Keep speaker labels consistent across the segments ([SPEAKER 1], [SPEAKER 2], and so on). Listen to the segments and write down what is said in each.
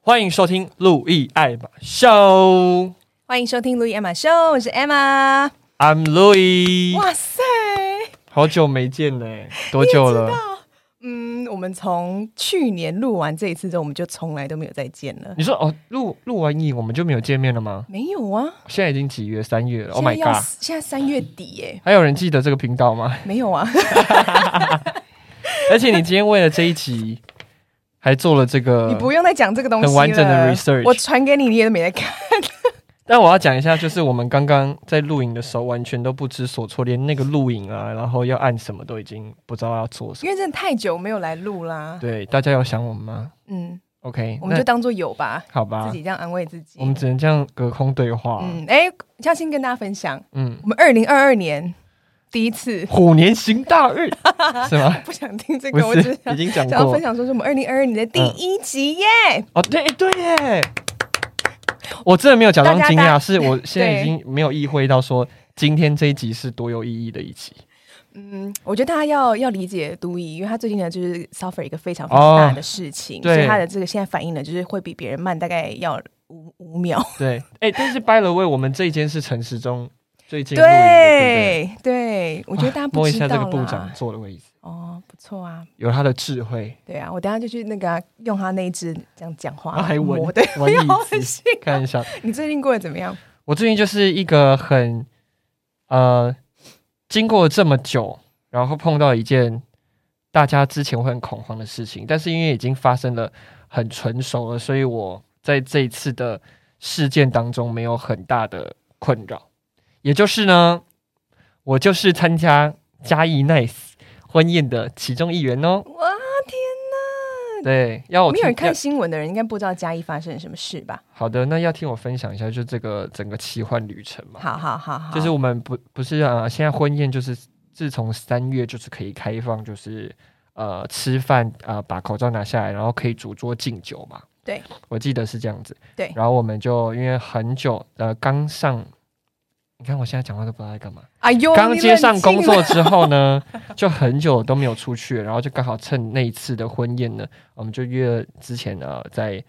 [SPEAKER 1] 欢迎收听《路易爱马秀》
[SPEAKER 2] 欢迎收听《路易 Emma 秀》，我是 Emma。
[SPEAKER 1] ，I'm Louis，
[SPEAKER 2] 哇塞，
[SPEAKER 1] 好久没见呢， 多久
[SPEAKER 2] 你也知
[SPEAKER 1] 了？
[SPEAKER 2] 道？嗯，我们从去年录完这一次之后，我们就从来都没有再见了。
[SPEAKER 1] 你说哦，录录完影我们就没有见面了吗？
[SPEAKER 2] 没有啊
[SPEAKER 1] 现在已经几月？三月了，Oh
[SPEAKER 2] 现在
[SPEAKER 1] my
[SPEAKER 2] 要
[SPEAKER 1] god！
[SPEAKER 2] 现在三月底耶，
[SPEAKER 1] 还有人记得这个频道 吗？
[SPEAKER 2] 没 有啊，
[SPEAKER 1] 而且你今天为了这一集，还做了这个。
[SPEAKER 2] 你不用再讲这个东西
[SPEAKER 1] 嗯
[SPEAKER 2] 了。
[SPEAKER 1] 很完整的 research
[SPEAKER 2] 我传给你，你也都没在看。
[SPEAKER 1] 但我要讲一下，就是我们刚刚在录影的时候，完全都不知所措，连那个录影 啊，然后要按什么都已经不知道要做什
[SPEAKER 2] 因
[SPEAKER 1] 么。
[SPEAKER 2] 为真的太久没有来录 啦。
[SPEAKER 1] 对，大家有想我们吗
[SPEAKER 2] 嗯，
[SPEAKER 1] ？OK，
[SPEAKER 2] 我们
[SPEAKER 1] 那
[SPEAKER 2] 就当做有吧，
[SPEAKER 1] 好
[SPEAKER 2] 自
[SPEAKER 1] 吧，
[SPEAKER 2] 己这样安慰自己
[SPEAKER 1] 我。们啊只能这样隔空对话。
[SPEAKER 2] 嗯，哎，要先跟大家分享，
[SPEAKER 1] 嗯，
[SPEAKER 2] 我们二零二二年第一次，
[SPEAKER 1] 虎年行大 运是吗？
[SPEAKER 2] 不想听这
[SPEAKER 1] 不
[SPEAKER 2] 个，我只
[SPEAKER 1] 是
[SPEAKER 2] 是，
[SPEAKER 1] 已经讲
[SPEAKER 2] 想要
[SPEAKER 1] 过嗯
[SPEAKER 2] 分享说是我们二零二二年的第一集耶！
[SPEAKER 1] 哦，对对耶，我真的没有假装惊
[SPEAKER 2] 大家
[SPEAKER 1] 讶，
[SPEAKER 2] 大
[SPEAKER 1] 是 我现在已经没有意会到说今天这一集是多有意义的一集。
[SPEAKER 2] 嗯，我觉得大家要要理解都一，因为他最近呢就是 suffer 一个非常非常大的事情，
[SPEAKER 1] 哦对
[SPEAKER 2] 所以他的这个现在反应呢就是会比别人慢大概要五五秒。
[SPEAKER 1] 对，哎，但是 by the way，我们这一间是陈时中最近录影的，对
[SPEAKER 2] 对对，我
[SPEAKER 1] 不对？
[SPEAKER 2] 觉得大家
[SPEAKER 1] 哇
[SPEAKER 2] 不
[SPEAKER 1] 摸一
[SPEAKER 2] 知道
[SPEAKER 1] 下这个
[SPEAKER 2] 啦。
[SPEAKER 1] 部长坐的位置，
[SPEAKER 2] 哦，不错啊，
[SPEAKER 1] 有他的智慧，
[SPEAKER 2] 对啊，我等一下就去那个啊、用他那一只这样讲话，
[SPEAKER 1] 然 后还闻
[SPEAKER 2] 摸对，
[SPEAKER 1] 闻
[SPEAKER 2] 不要
[SPEAKER 1] 椅
[SPEAKER 2] 很
[SPEAKER 1] 子
[SPEAKER 2] 性，
[SPEAKER 1] 看一下。
[SPEAKER 2] 你最近过得怎么样？
[SPEAKER 1] 我最近就是一个很呃，经过这么久，然后碰到一件大家之前会很恐慌的事情，但是因为已经发生了很成熟了，所以我在这一次的事件当中没有很大的困扰。也就是呢，我就是参加嘉义 Nice 婚宴的其中一员哦。
[SPEAKER 2] 哇，天哪！
[SPEAKER 1] 对，要我
[SPEAKER 2] 没有人
[SPEAKER 1] 哦听
[SPEAKER 2] 看新闻的人应该不知道嘉义发生了什么事吧？
[SPEAKER 1] 好的，那要听我分享一下，就这个整个奇幻旅程嘛。
[SPEAKER 2] 好好好好，
[SPEAKER 1] 就是我们不不是呃，现在婚宴就是自从三月就是可以开放，就是呃吃饭呃把口罩拿下来，然后可以主桌敬酒嘛。
[SPEAKER 2] 对，
[SPEAKER 1] 我记得是这样子。
[SPEAKER 2] 对
[SPEAKER 1] 然后我们就因为很久呃刚上，你看我现在讲话都不知道在干嘛。
[SPEAKER 2] 哎呦，
[SPEAKER 1] 刚
[SPEAKER 2] 你
[SPEAKER 1] 接上
[SPEAKER 2] 冷静
[SPEAKER 1] 工作
[SPEAKER 2] 了
[SPEAKER 1] 之后呢， 就很久都没有出去了，然后就刚好趁那一次的婚宴呢，我们就约了之前呢在的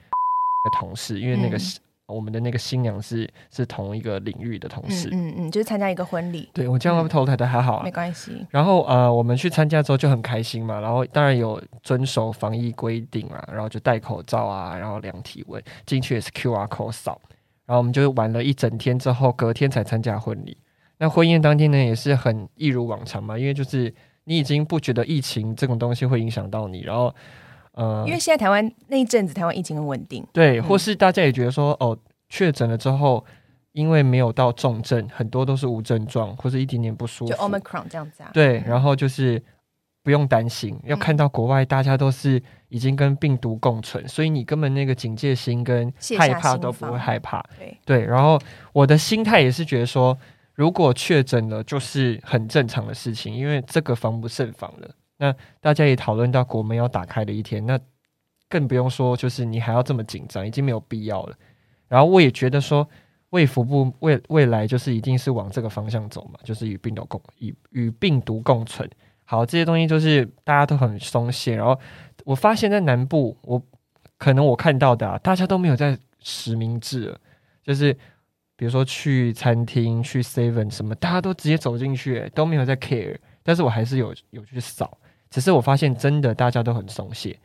[SPEAKER 1] 同事，因为那个、
[SPEAKER 2] 嗯
[SPEAKER 1] 是我们的那个新娘是是同一个领域的同事。
[SPEAKER 2] 嗯嗯嗯，就是参加一个婚礼，
[SPEAKER 1] 对我这样会不会偷台的还好啊
[SPEAKER 2] 嗯没。关系。
[SPEAKER 1] 然后呃，我们去参加之后就很开心嘛，然后当然有遵守防疫规定啊，然后就戴口罩啊，然后量体温，进去也是 QR code 扫，然后我们就玩了一整天之后，隔天才参加婚礼。那婚宴当天呢，也是很一如往常嘛，因为就是你已经不觉得疫情这种东西会影响到你，然后呃
[SPEAKER 2] 因，为现在台湾那一阵子台湾疫情很稳定，
[SPEAKER 1] 对，
[SPEAKER 2] 嗯
[SPEAKER 1] 或是大家也觉得说，哦，确诊了之后，因为没有到重症，很多都是无症状或是一点点不舒服，
[SPEAKER 2] 就 Omicron 这样子啊。
[SPEAKER 1] 对，
[SPEAKER 2] 嗯
[SPEAKER 1] 然后就是不用担心，要
[SPEAKER 2] 嗯
[SPEAKER 1] 看到国外大家都是已经跟病毒共存，所以你根本那个警戒心跟
[SPEAKER 2] 卸
[SPEAKER 1] 害
[SPEAKER 2] 下
[SPEAKER 1] 怕
[SPEAKER 2] 心
[SPEAKER 1] 都不会
[SPEAKER 2] 防
[SPEAKER 1] 害怕。
[SPEAKER 2] 对，
[SPEAKER 1] 对，然后我的心态也是觉得说，如果确诊了，就是很正常的事情，因为这个防不胜防了。那大家也讨论到国门要打开的一天，那更不用说，就是你还要这么紧张，已经没有必要了。然后我也觉得说，卫福部未未来就是一定是往这个方向走嘛，就是与病毒共与与病毒共存。好，这些东西就是大家都很松懈。然后我发现，在南部，我可能我看到的、啊，大家都没有在实名制了，就是比如说去餐厅、去 Seven 什么，大家都直接走进去、欸都没有在 care。但是我还是有有去扫，只是我发现真的大家都很松懈。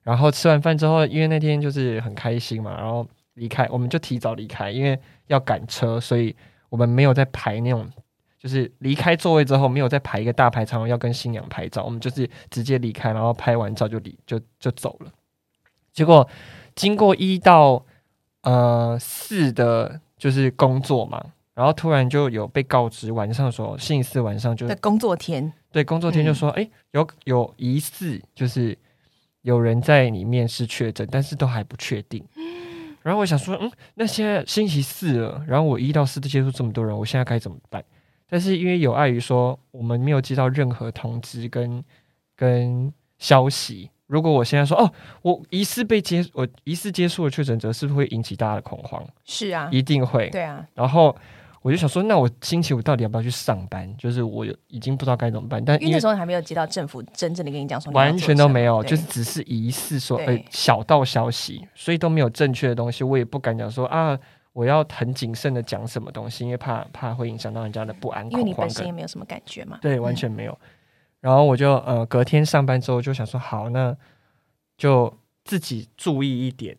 [SPEAKER 1] 然后吃完饭之后，因为那天就是很开心嘛，然后离开，我们就提早离开，因为要赶车，所以我们没有在排那种，就是离开座位之后没有再排一个大排长龙要跟新娘拍照，我们就是直接离开，然后拍完照就离就就走了。结果经过一到呃四的，就是工作嘛，然后突然就有被告知晚上说，星期四晚上就
[SPEAKER 2] 的工作天，
[SPEAKER 1] 对，工作天
[SPEAKER 2] 嗯
[SPEAKER 1] 就说，哎、有有疑似，就是有人在里面是确诊，但是都还不确定。然后我想说，嗯，那现在星期四了，然后我一到四都接触这么多人，我现在该怎么办？但是因为有碍于说我们没有接到任何通知跟跟消息，如果我现在说哦，我疑似被接，我疑似接触了确诊者，是不是会引起大家的恐慌？
[SPEAKER 2] 是啊，
[SPEAKER 1] 一定会。
[SPEAKER 2] 对啊，
[SPEAKER 1] 然后我就想说，那我星期五到底要不要去上班？就是我有已经不知道该怎么办，但
[SPEAKER 2] 因为那时候还没有接到政府真正的跟你讲说你要
[SPEAKER 1] 完
[SPEAKER 2] 做
[SPEAKER 1] 全都
[SPEAKER 2] 什么
[SPEAKER 1] 没有，
[SPEAKER 2] 对
[SPEAKER 1] 就是只是疑似说，
[SPEAKER 2] 对
[SPEAKER 1] 呃，小道消息，所以都没有正确的东西，我也不敢讲说啊，我要很谨慎的讲什么东西，因为怕怕会影响到人家的不安
[SPEAKER 2] 因为
[SPEAKER 1] 恐
[SPEAKER 2] 你
[SPEAKER 1] 慌
[SPEAKER 2] 本身
[SPEAKER 1] 跟
[SPEAKER 2] 也没有什么感觉嘛。嗯
[SPEAKER 1] 对，完全没有。然后我就呃隔天上班之后就想说，好，那就自己注意一点，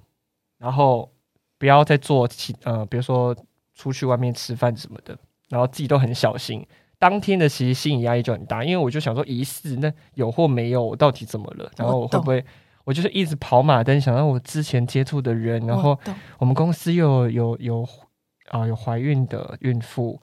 [SPEAKER 1] 然后不要再做其呃，比如说出去外面吃饭什么的，然后自己都很小心。当天的其实心理压力就很大，因为我就想说，疑似那有或没有，我到底怎么了？然后我会不会？我就是一直跑马灯，想到我之前接触的人，然后
[SPEAKER 2] 我嗯懂
[SPEAKER 1] 我们公司又有有有啊、有怀孕的孕妇，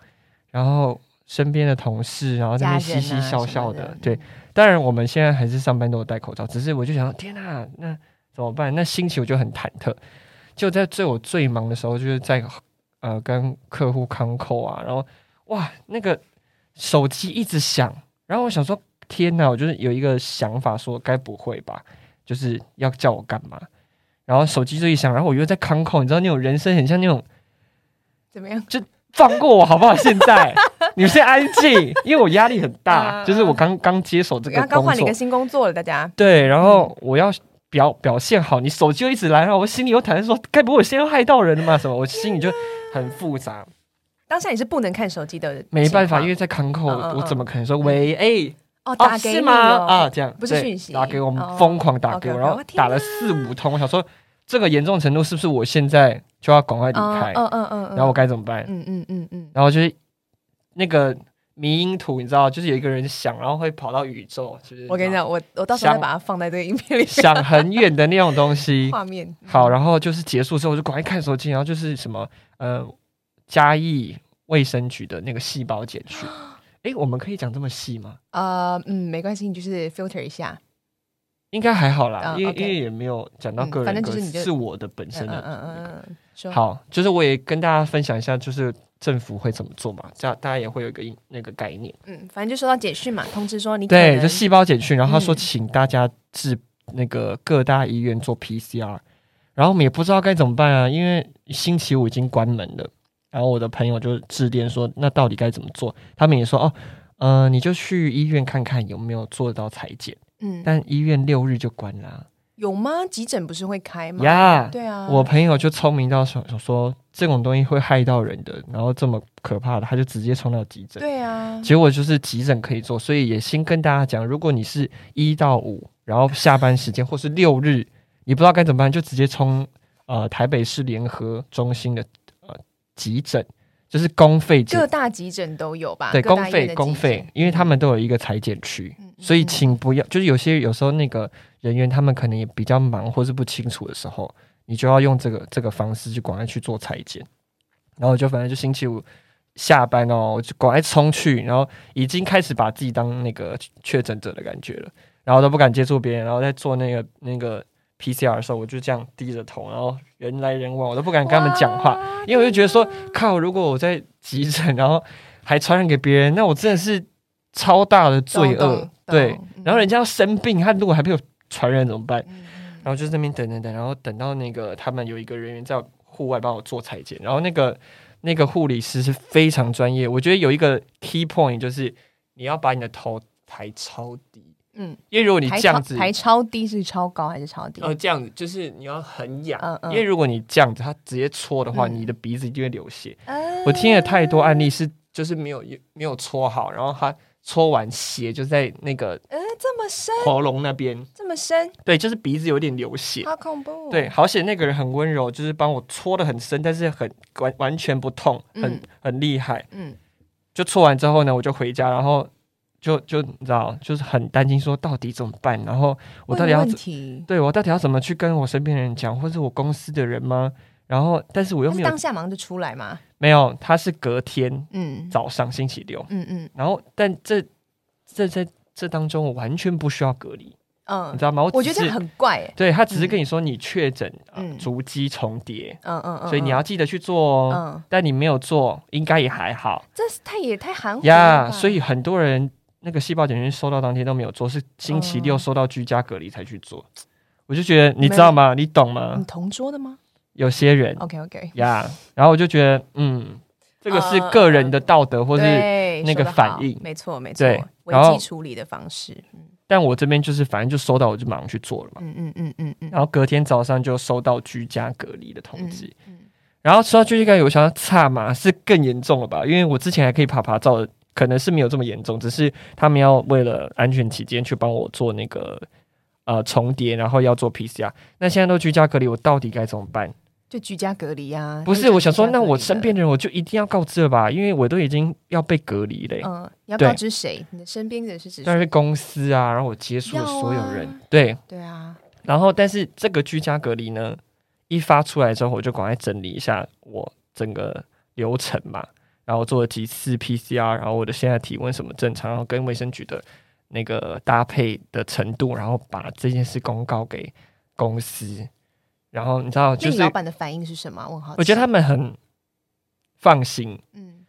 [SPEAKER 1] 然后身边的同事，然后在那边
[SPEAKER 2] 家
[SPEAKER 1] 嘻
[SPEAKER 2] 人
[SPEAKER 1] 嘻
[SPEAKER 2] 啊
[SPEAKER 1] 笑
[SPEAKER 2] 什
[SPEAKER 1] 笑
[SPEAKER 2] 么
[SPEAKER 1] 的。
[SPEAKER 2] 的
[SPEAKER 1] 对，当然我们现在还是上班都有戴口罩，只是我就想说，天哪、那怎么办？那星期我就很忐忑。就在最我最忙的时候，就是在呃跟客户康扣啊，然后哇，那个手机一直响，然后我想说，天哪！我就是有一个想法说，该不会吧？就是要叫我干嘛？然后手机就一响，然后我又在康扣，你知道那种人生很像那种
[SPEAKER 2] 怎么样？
[SPEAKER 1] 放过我好不好？现 在你们先安静，因为我压力很大，
[SPEAKER 2] 嗯
[SPEAKER 1] 就是我刚刚接手这个
[SPEAKER 2] 刚刚
[SPEAKER 1] 工
[SPEAKER 2] 换了一
[SPEAKER 1] 作
[SPEAKER 2] 个，新工作了，大家
[SPEAKER 1] 对，然后我要表表现好，你手机又一直来，然后我心里又忐忑说，该不会我先要害到人了吗？什么？我心里就很复杂，
[SPEAKER 2] 当下你是不能看手机的情况，
[SPEAKER 1] 没办法，因为在康扣，
[SPEAKER 2] 嗯嗯嗯
[SPEAKER 1] 我怎么可能说喂？哎，
[SPEAKER 2] 哦
[SPEAKER 1] 哦，
[SPEAKER 2] 打给
[SPEAKER 1] 是
[SPEAKER 2] 你
[SPEAKER 1] 吗？
[SPEAKER 2] 哦
[SPEAKER 1] 啊，，这样
[SPEAKER 2] 不是
[SPEAKER 1] 对
[SPEAKER 2] 讯息
[SPEAKER 1] 打给我们
[SPEAKER 2] 哦
[SPEAKER 1] 疯狂打给我，
[SPEAKER 2] OK，OK，
[SPEAKER 1] 然后
[SPEAKER 2] 我天
[SPEAKER 1] 打了
[SPEAKER 2] 哪
[SPEAKER 1] 四五通，我想说这个严重程度是不是我现在就要赶快离开？
[SPEAKER 2] 嗯嗯嗯嗯，
[SPEAKER 1] 然后我该怎么办？
[SPEAKER 2] 嗯嗯嗯嗯，
[SPEAKER 1] 然后就是那个迷音图，你知道，就是有一个人想，然后会跑到宇宙，就是
[SPEAKER 2] 我跟你，讲，我我到时候再
[SPEAKER 1] 想
[SPEAKER 2] 把它放在这个影片里面
[SPEAKER 1] 想很远的那种东 西。
[SPEAKER 2] 画面。嗯
[SPEAKER 1] 好，然后就是结束之后，我就赶快看手机，然后就是什么呃，嘉义卫生局的那个细胞简 讯。诶，我们可以讲这么细吗？
[SPEAKER 2] 呃嗯，没关系，你就是 filter 一下，
[SPEAKER 1] 应该还好啦，
[SPEAKER 2] 嗯
[SPEAKER 1] 因为
[SPEAKER 2] OK
[SPEAKER 1] 因为也没有讲到
[SPEAKER 2] 嗯
[SPEAKER 1] 个
[SPEAKER 2] 反
[SPEAKER 1] 人
[SPEAKER 2] 正就
[SPEAKER 1] 格，
[SPEAKER 2] 是你就是
[SPEAKER 1] 我的本身
[SPEAKER 2] 嗯
[SPEAKER 1] 的
[SPEAKER 2] 嗯嗯嗯，说
[SPEAKER 1] 好，就是我也跟大家分享一下，就是政府会怎么做嘛，这样大家也会有一个印那个概念。
[SPEAKER 2] 嗯，反正就收到简讯嘛，通知说你可
[SPEAKER 1] 对，
[SPEAKER 2] 能
[SPEAKER 1] 就细胞简讯，然后他说
[SPEAKER 2] 嗯
[SPEAKER 1] 请大家至那个各大医院做 PCR，然后我们也不知道该怎么办啊，因为星期五已经关门了。然后我的朋友就致电说，那到底该怎么做？他们也说哦，呃，你就去医院看看有没有做到裁剪，
[SPEAKER 2] 嗯，
[SPEAKER 1] 但医院六日就关啦、
[SPEAKER 2] 有吗？急诊不是会开吗？
[SPEAKER 1] 呀、
[SPEAKER 2] 对啊，
[SPEAKER 1] 我朋友就聪明到想想说这种东西会害到人的，然后这么可怕的，他就直接冲到急诊。
[SPEAKER 2] 对啊，
[SPEAKER 1] 结果就是急诊可以做，所以也先跟大家讲，如果你是一到五，然后下班时间或是六日，你不知道该怎么办，就直接冲呃台北市联合中心的呃急诊，就是公费急
[SPEAKER 2] 各大急诊都有吧？
[SPEAKER 1] 对
[SPEAKER 2] 各
[SPEAKER 1] 公
[SPEAKER 2] 大医院
[SPEAKER 1] 费
[SPEAKER 2] 的
[SPEAKER 1] 公
[SPEAKER 2] 急
[SPEAKER 1] 费
[SPEAKER 2] 诊，
[SPEAKER 1] 因为他们都有一个裁剪区，
[SPEAKER 2] 嗯嗯
[SPEAKER 1] 所以
[SPEAKER 2] 嗯
[SPEAKER 1] 请不要，就是有些有时候那个人员他们可能也比较忙或是不清楚的时候，你就要用这个这个方式去赶快去做裁剪。然后我就反正就星期五下班哦，我就赶快冲去，然后已经开始把自己当那个确诊者的感觉了，然后都不敢接触别人，然后在做那个那个 PCR 的时候，我就这样低着头，然后人来人往，我都不敢跟他们讲话，
[SPEAKER 2] 哇
[SPEAKER 1] 因为我就觉得说，靠，如果我在急诊，然后还传染给别人，那我真的是超大的罪
[SPEAKER 2] 懂
[SPEAKER 1] 恶
[SPEAKER 2] 懂。
[SPEAKER 1] 对
[SPEAKER 2] 懂，
[SPEAKER 1] 然后人家要生病，他如果还被我传染怎么办？
[SPEAKER 2] 嗯嗯
[SPEAKER 1] 然后就在那边等等等，然后等到那个他们有一个人员在户外帮我做裁剪，然后那个那个护理师是非常专业，我觉得有一个 key point 就是你要把你的头抬超低，
[SPEAKER 2] 嗯，
[SPEAKER 1] 因为如果你
[SPEAKER 2] 排
[SPEAKER 1] 这样
[SPEAKER 2] 超
[SPEAKER 1] 子，
[SPEAKER 2] 排超低是超高还是超低？
[SPEAKER 1] 呃，这样子就是你要很仰，
[SPEAKER 2] 嗯嗯
[SPEAKER 1] 因为如果你这样子，他直接戳的话，
[SPEAKER 2] 嗯
[SPEAKER 1] 你的鼻子一定会流血。
[SPEAKER 2] 啊
[SPEAKER 1] 我听了太多案例是，就是没有没有搓好，然后他搓完血就在那个
[SPEAKER 2] 呃，这么深，
[SPEAKER 1] 喉咙那边，
[SPEAKER 2] 这么深，
[SPEAKER 1] 对，就是鼻子有点流血。
[SPEAKER 2] 好恐怖。
[SPEAKER 1] 对，，好险那个人很温柔，就是帮我搓的很深，但是很完完全不痛，很、
[SPEAKER 2] 嗯
[SPEAKER 1] 很厉害。
[SPEAKER 2] 嗯，
[SPEAKER 1] 就搓完之后呢，我就回家，然后就就你知道，就是很担心说到底怎么办，然后我到底
[SPEAKER 2] 问
[SPEAKER 1] 要
[SPEAKER 2] 问
[SPEAKER 1] 怎
[SPEAKER 2] 题？
[SPEAKER 1] 对我到底要怎么去跟我身边的人讲，或是我公司的人吗？然后，但是我又
[SPEAKER 2] 他
[SPEAKER 1] 没
[SPEAKER 2] 是
[SPEAKER 1] 有
[SPEAKER 2] 当下忙着出来嘛？
[SPEAKER 1] 没有，他是隔天
[SPEAKER 2] 嗯，
[SPEAKER 1] 早上星期六，
[SPEAKER 2] 嗯嗯
[SPEAKER 1] 然后，但这这在这当中，我完全不需要隔离，你
[SPEAKER 2] 嗯
[SPEAKER 1] 知，道吗？
[SPEAKER 2] 我
[SPEAKER 1] 只
[SPEAKER 2] 觉得这
[SPEAKER 1] 是
[SPEAKER 2] 样很怪欸。
[SPEAKER 1] 对他只是跟你说你确诊，啊
[SPEAKER 2] 嗯
[SPEAKER 1] 足迹重叠，
[SPEAKER 2] 嗯嗯嗯，
[SPEAKER 1] 所以你要记得去做哦。
[SPEAKER 2] 嗯，
[SPEAKER 1] 但你没有做，应该也还好
[SPEAKER 2] 这是太也太含糊了
[SPEAKER 1] 呀。
[SPEAKER 2] 吧
[SPEAKER 1] 所以很多人那个细胞检验收到当天都没有做，是星期六
[SPEAKER 2] 哦
[SPEAKER 1] 收到居家隔离才去做。我就觉得，你知道吗？你懂吗
[SPEAKER 2] 嗯你？同桌的吗
[SPEAKER 1] 有些人
[SPEAKER 2] 哦？OK OK，
[SPEAKER 1] 呀，然后我就觉得，嗯，这个是个人的道德或是
[SPEAKER 2] 呃对
[SPEAKER 1] 那个
[SPEAKER 2] 说得
[SPEAKER 1] 反
[SPEAKER 2] 好
[SPEAKER 1] 应
[SPEAKER 2] 没错没错
[SPEAKER 1] 对，
[SPEAKER 2] 危
[SPEAKER 1] 然后
[SPEAKER 2] 机处理的方式，嗯
[SPEAKER 1] 但我这边就是反正就收到，我就马上去做了嘛。
[SPEAKER 2] 嗯嗯嗯嗯
[SPEAKER 1] 然后隔天早上就收到居家隔离的通
[SPEAKER 2] 嗯
[SPEAKER 1] 知，
[SPEAKER 2] 嗯，
[SPEAKER 1] 然后收到居家隔离，我想要差嘛是更严重了吧？因为我之前还可以爬爬照，可能是没有这么严重，只是他们要为了安全起见去帮我做那个呃重叠，然后要做 PCR。那现在都居家隔离，我到底该怎么办？
[SPEAKER 2] 就居家隔离啊。
[SPEAKER 1] 不，
[SPEAKER 2] 就是
[SPEAKER 1] 我想说，
[SPEAKER 2] 居
[SPEAKER 1] 那
[SPEAKER 2] 家隔离
[SPEAKER 1] 我
[SPEAKER 2] 的
[SPEAKER 1] 身边的人我就一定要告知了吧？因为我都已经要被隔离嘞、
[SPEAKER 2] 嗯，你要
[SPEAKER 1] 对
[SPEAKER 2] 告知谁？你的身边人是指
[SPEAKER 1] 当然是公司啊，然后我接触了所有人，
[SPEAKER 2] 要啊
[SPEAKER 1] 对，
[SPEAKER 2] 对啊，
[SPEAKER 1] 然后，但是这个居家隔离呢，一发出来之后，我就赶快整理一下我整个流程嘛，然后做了几次 PCR，然后我的现在体温什么正常，然后跟卫生局的那个搭配的程度，然后把这件事公告给公司。然后你知道，
[SPEAKER 2] 那
[SPEAKER 1] 就
[SPEAKER 2] 你
[SPEAKER 1] 是
[SPEAKER 2] 老板的反应是什么啊？问号。
[SPEAKER 1] 我觉得他们很放心。
[SPEAKER 2] 嗯，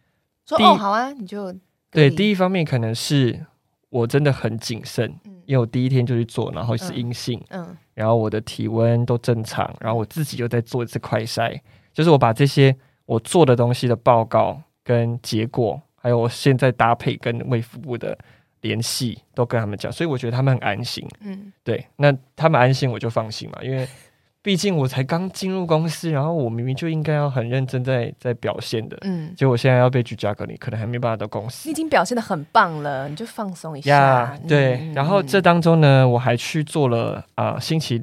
[SPEAKER 2] 说
[SPEAKER 1] 第一
[SPEAKER 2] 哦好啊，你就
[SPEAKER 1] 对，
[SPEAKER 2] 一
[SPEAKER 1] 第一方面可能是我真的很谨慎，
[SPEAKER 2] 嗯
[SPEAKER 1] 因为我第一天就去做，然后是
[SPEAKER 2] 嗯
[SPEAKER 1] 阴性。
[SPEAKER 2] 嗯
[SPEAKER 1] 然后我的体温都正常，然后我自己又在做一次快筛，就是我把这些我做的东西的报告跟结果，还有我现在搭配跟卫福部的联系，都跟他们讲，所以我觉得他们很安心。
[SPEAKER 2] 嗯
[SPEAKER 1] 对，那他们安心我就放心嘛，因为毕竟我才刚进入公司，然后我明明就应该要很认真在在表现的，
[SPEAKER 2] 嗯，
[SPEAKER 1] 结果现在要被居家隔离，可能还没办法到公司
[SPEAKER 2] 你已。经表现的很棒了，你就放松一
[SPEAKER 1] 呀
[SPEAKER 2] 下。
[SPEAKER 1] 对
[SPEAKER 2] 嗯。
[SPEAKER 1] 然后这当中呢，我还去做了啊、星期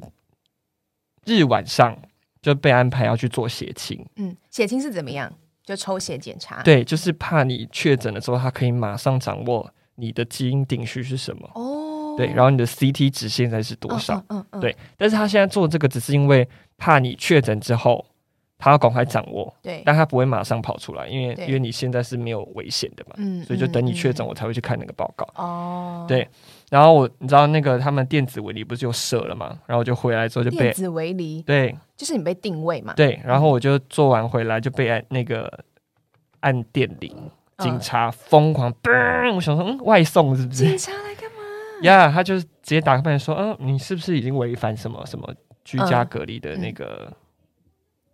[SPEAKER 1] 日晚上就被安排要去做血清。
[SPEAKER 2] 嗯，血清是怎么样？就抽血检查。
[SPEAKER 1] 对，就是怕你确诊了之后，他可以马上掌握你的基因定序是什么，
[SPEAKER 2] 哦，
[SPEAKER 1] 对，然后你的 CT 值现在是多
[SPEAKER 2] 嗯
[SPEAKER 1] 少。
[SPEAKER 2] 嗯嗯嗯，
[SPEAKER 1] 对但是他现在做这个，只是因为怕你确诊之后，他要赶快掌握，
[SPEAKER 2] 对，
[SPEAKER 1] 但他不会马上跑出来，因为
[SPEAKER 2] 对
[SPEAKER 1] 因为你现在是没有危险的嘛，
[SPEAKER 2] 嗯
[SPEAKER 1] 所以就等你确诊，
[SPEAKER 2] 嗯
[SPEAKER 1] 我才会去看那个报告。
[SPEAKER 2] 嗯哦，
[SPEAKER 1] 对然后我你知道那个他们电子围篱不是有设了嘛，然后我就回来之后就
[SPEAKER 2] 电
[SPEAKER 1] 被
[SPEAKER 2] 子围篱
[SPEAKER 1] 对
[SPEAKER 2] 就是你被定位嘛，
[SPEAKER 1] 对，然后我就做完回来就被按那个按电铃，
[SPEAKER 2] 嗯
[SPEAKER 1] 警察疯
[SPEAKER 2] 哦
[SPEAKER 1] 狂嘣、我想说嗯外送是不是？
[SPEAKER 2] 警察来干嘛？
[SPEAKER 1] 呀他就直接打开门说嗯你是不是已经违反什么什么居家
[SPEAKER 2] 嗯
[SPEAKER 1] 隔离的那个，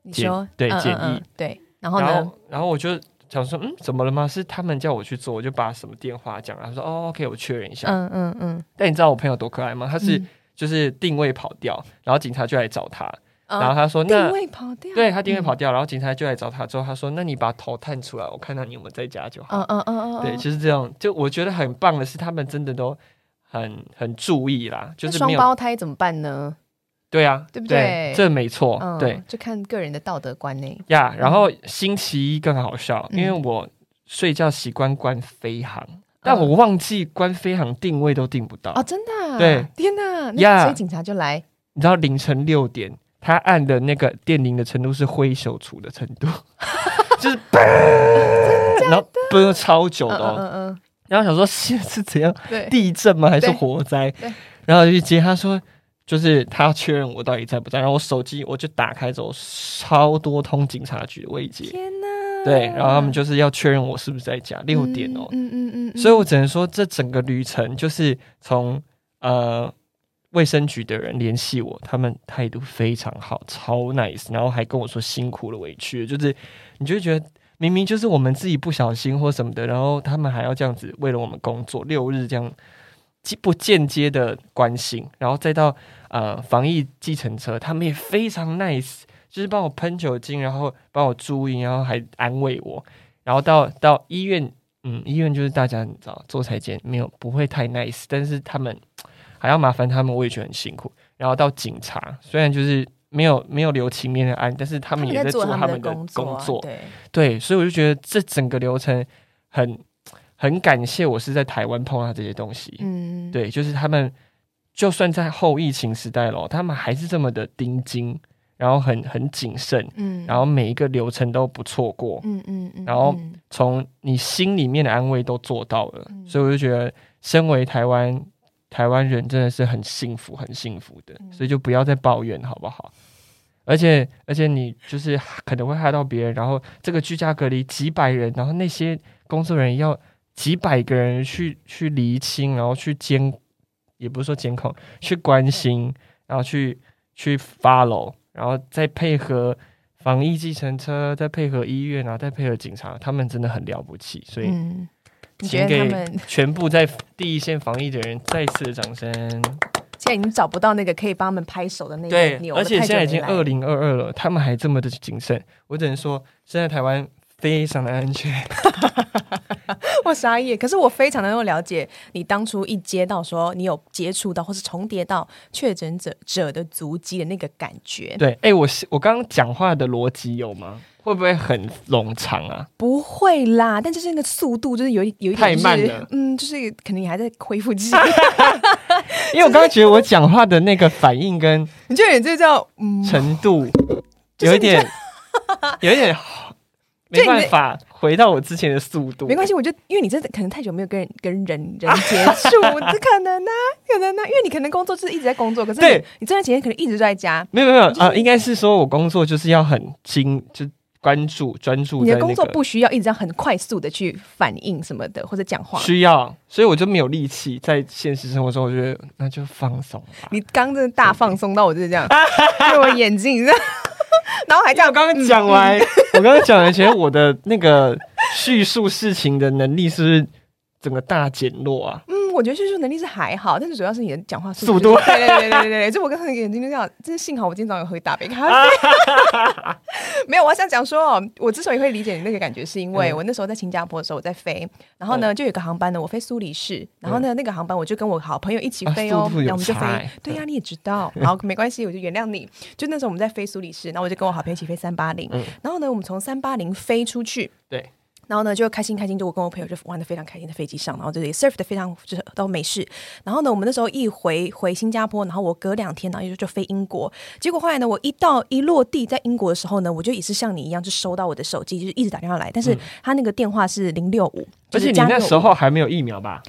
[SPEAKER 2] 你
[SPEAKER 1] 检
[SPEAKER 2] 说
[SPEAKER 1] 对
[SPEAKER 2] 嗯嗯
[SPEAKER 1] 检
[SPEAKER 2] 嗯
[SPEAKER 1] 疫
[SPEAKER 2] 对，然后
[SPEAKER 1] 然
[SPEAKER 2] 呢？
[SPEAKER 1] 后然后我就想说嗯怎么了吗？是他们叫我去做，我就把什么电话讲，他说哦 OK 我确认一下。
[SPEAKER 2] 嗯嗯嗯，
[SPEAKER 1] 但你知道我朋友多可爱吗？他是
[SPEAKER 2] 嗯，
[SPEAKER 1] 就是定位跑掉，然后警察就来找他，
[SPEAKER 2] 嗯
[SPEAKER 1] 然后他说那
[SPEAKER 2] 定位跑掉，嗯
[SPEAKER 1] 对他定位跑
[SPEAKER 2] 掉，
[SPEAKER 1] 掉，然后警察就来找他，之后他说：“那你把头探出来，我看到你有没有在家就好。
[SPEAKER 2] 嗯嗯嗯嗯，
[SPEAKER 1] 对，
[SPEAKER 2] 嗯
[SPEAKER 1] 就是这样。就我觉得很棒的是，他们真的都很很注意啦，就
[SPEAKER 2] 那
[SPEAKER 1] 是
[SPEAKER 2] 双
[SPEAKER 1] 没有
[SPEAKER 2] 胞胎怎么办呢？
[SPEAKER 1] 对啊，
[SPEAKER 2] 对不
[SPEAKER 1] 对
[SPEAKER 2] 对？
[SPEAKER 1] 这没错，
[SPEAKER 2] 嗯，
[SPEAKER 1] 哦对，
[SPEAKER 2] 就看个人的道德观呢。
[SPEAKER 1] 呀。然后星期一更好笑，
[SPEAKER 2] 嗯
[SPEAKER 1] 因为我睡觉习惯关飞航，但我忘记关飞航定位都定不到
[SPEAKER 2] 哦，。真的啊，
[SPEAKER 1] 对
[SPEAKER 2] 天哪，
[SPEAKER 1] 呀
[SPEAKER 2] 那所以警察就来，
[SPEAKER 1] 你知道凌晨六点，他按的那个电铃的程度是挥手处的程 度，就是嘣，然后嘣超久
[SPEAKER 2] 嗯
[SPEAKER 1] 的、哦。
[SPEAKER 2] 嗯嗯
[SPEAKER 1] 然后想说是 是怎样
[SPEAKER 2] 嗯，对，
[SPEAKER 1] 地震吗？还是
[SPEAKER 2] 对
[SPEAKER 1] 火灾
[SPEAKER 2] 对？
[SPEAKER 1] 然后我就去接，他说就是他要确认我到底在不在。然后我手机我就打开之后，超多通警察局的未接，
[SPEAKER 2] 天哪，
[SPEAKER 1] 对，然后他们就是要确认我是不是在家，六点哦。
[SPEAKER 2] 嗯嗯嗯嗯，
[SPEAKER 1] 所以我只能说，这整个旅程就是从呃卫生局的人联系我，他们态度非常好，超 nice，然后还跟我说辛苦了、委屈了，就是你就会觉得明明就是我们自己不小心或什么的，然后他们还要这样子为了我们工作六日这样。既不间接的关心，然后再到呃防疫计程车，他们也非常 nice，就是帮我喷酒精，然后帮我注意，然后还安慰我，然后到到医院，嗯，医院就是大家你知道做裁剪没有不会太 nice，但是他们还要麻烦他们，我也觉得很辛苦。然后到警察，虽然就是没有没有留情面的案，但是他
[SPEAKER 2] 他
[SPEAKER 1] 们也
[SPEAKER 2] 在
[SPEAKER 1] 做
[SPEAKER 2] 他
[SPEAKER 1] 他
[SPEAKER 2] 们
[SPEAKER 1] 们的
[SPEAKER 2] 工
[SPEAKER 1] 工
[SPEAKER 2] 啊
[SPEAKER 1] 作，
[SPEAKER 2] 对，
[SPEAKER 1] 对，所以我就觉得这整个流程很很感谢我是在台湾碰到这些东西，
[SPEAKER 2] 嗯，
[SPEAKER 1] 对，就是他们就算在后疫情时代咯，他们还是这么的盯紧，然后很很谨慎，
[SPEAKER 2] 嗯，嗯，
[SPEAKER 1] 然后每一个流程都不错过，
[SPEAKER 2] 嗯嗯嗯，
[SPEAKER 1] 然后
[SPEAKER 2] 嗯
[SPEAKER 1] 从你心里面的安慰都做到了，
[SPEAKER 2] 嗯
[SPEAKER 1] 所以我就觉得，身为台湾台湾人真的是很幸福，很幸福的，
[SPEAKER 2] 嗯
[SPEAKER 1] 所以就不要再抱怨好不好？而且而且你就是可能会害到别人，然后这个居家隔离几百人，然后那些工作人员要几百个人去去厘清，然后去监，也不是说监控，去关心，然后去去 follow，然后再配合防疫计程车，再配合医院啊，再配合警察，他们真的很了不起。所以，
[SPEAKER 2] 嗯，你觉
[SPEAKER 1] 请
[SPEAKER 2] 得他
[SPEAKER 1] 给
[SPEAKER 2] 们
[SPEAKER 1] 全部在第一线防疫的人再一次的掌声。
[SPEAKER 2] 现在已经找不到那个可以帮他们拍手的那
[SPEAKER 1] 对
[SPEAKER 2] 个钮，了，
[SPEAKER 1] 而且现在已经
[SPEAKER 2] 太久没来
[SPEAKER 1] 二零二二了，他们还这么的谨慎，我只能说，现在台湾非常的安全。
[SPEAKER 2] 我傻眼。可是我非常能够了解你当初一接到说你有接触到或是重叠到确诊者者的足迹的那个感觉，
[SPEAKER 1] 对，哎、我是我刚刚讲话的逻辑有吗？会不会很冗长啊？
[SPEAKER 2] 不会啦，但就是那个速度，就是有一有一点、
[SPEAKER 1] 太
[SPEAKER 2] 就是、
[SPEAKER 1] 慢了
[SPEAKER 2] 嗯，就是可能你还在恢复期，
[SPEAKER 1] 因为我刚刚觉得我讲话的那个反应跟
[SPEAKER 2] 你就有点这叫嗯，
[SPEAKER 1] 程度
[SPEAKER 2] 就是
[SPEAKER 1] 有一
[SPEAKER 2] 你
[SPEAKER 1] 点， 有一 点没
[SPEAKER 2] 就你的
[SPEAKER 1] 办法回到我之前的速度。
[SPEAKER 2] 没关
[SPEAKER 1] 系，
[SPEAKER 2] 系，我觉得因为你真的可能太久没有跟人跟人人接 触，这可能呢、啊可能呢、因为你可能工作就是一直在工作，可是你
[SPEAKER 1] 对
[SPEAKER 2] 你这段时间可能一直在家，
[SPEAKER 1] 没有没有
[SPEAKER 2] 就是
[SPEAKER 1] 啊、应该是说我工作就是要很精，就关注专注
[SPEAKER 2] 你
[SPEAKER 1] 在
[SPEAKER 2] 的
[SPEAKER 1] 那
[SPEAKER 2] 工作
[SPEAKER 1] 个
[SPEAKER 2] 不需要一直要很快速的去反应什么的或者讲话。
[SPEAKER 1] 需要，所以我就没有力气在现实生活中，我觉得那就放松吧。
[SPEAKER 2] 你刚真的大放松到我就是这样，对我眼睛这样， 然后还这
[SPEAKER 1] 像
[SPEAKER 2] 样
[SPEAKER 1] 我刚刚讲完，嗯 我刚刚讲完，其实我的那个叙述事情的能力是不是整个大减弱啊？
[SPEAKER 2] 嗯，我觉得叙述能力是还好，但是主要是你的讲话速
[SPEAKER 1] 速
[SPEAKER 2] 度
[SPEAKER 1] 度
[SPEAKER 2] 就是。 对对对对对对，就我刚才眼睛就这样， 真是幸好我今天早上有喝一大杯咖啡。 没有，我想讲说哦，我之所以会理解你那个感觉，是因为
[SPEAKER 1] 嗯
[SPEAKER 2] 我那时候在新加坡的时候我在飞，然后呢就有一个航班呢，我飞苏黎世，然后呢那个航班我就跟我好朋友一起飞
[SPEAKER 1] 嗯啊
[SPEAKER 2] 哦，
[SPEAKER 1] 速度有
[SPEAKER 2] 然后我们就
[SPEAKER 1] 差
[SPEAKER 2] 飞
[SPEAKER 1] 欸。
[SPEAKER 2] 对呀、你也知 道，好没关系，我就原谅你。就那时候我们在飞苏黎世，然后我就跟我好朋友一起飞三八零
[SPEAKER 1] 嗯，
[SPEAKER 2] 然后呢我们从三八零飞出去，
[SPEAKER 1] 对，
[SPEAKER 2] 然后呢，就开心开心，就我跟我朋友就玩的非常开心，在飞机上，然后就也 surf 的非常就是都没事。然后呢，我们那时候一回回新加坡，然后我隔两天，然啊后就就飞英国。结果后来呢，我一到一落地在英国的时候呢，我就也是像你一样，就收到我的手机，就是一直打电话来，但是他那个电话是零六五，
[SPEAKER 1] 而且你那时候还没有疫苗吧？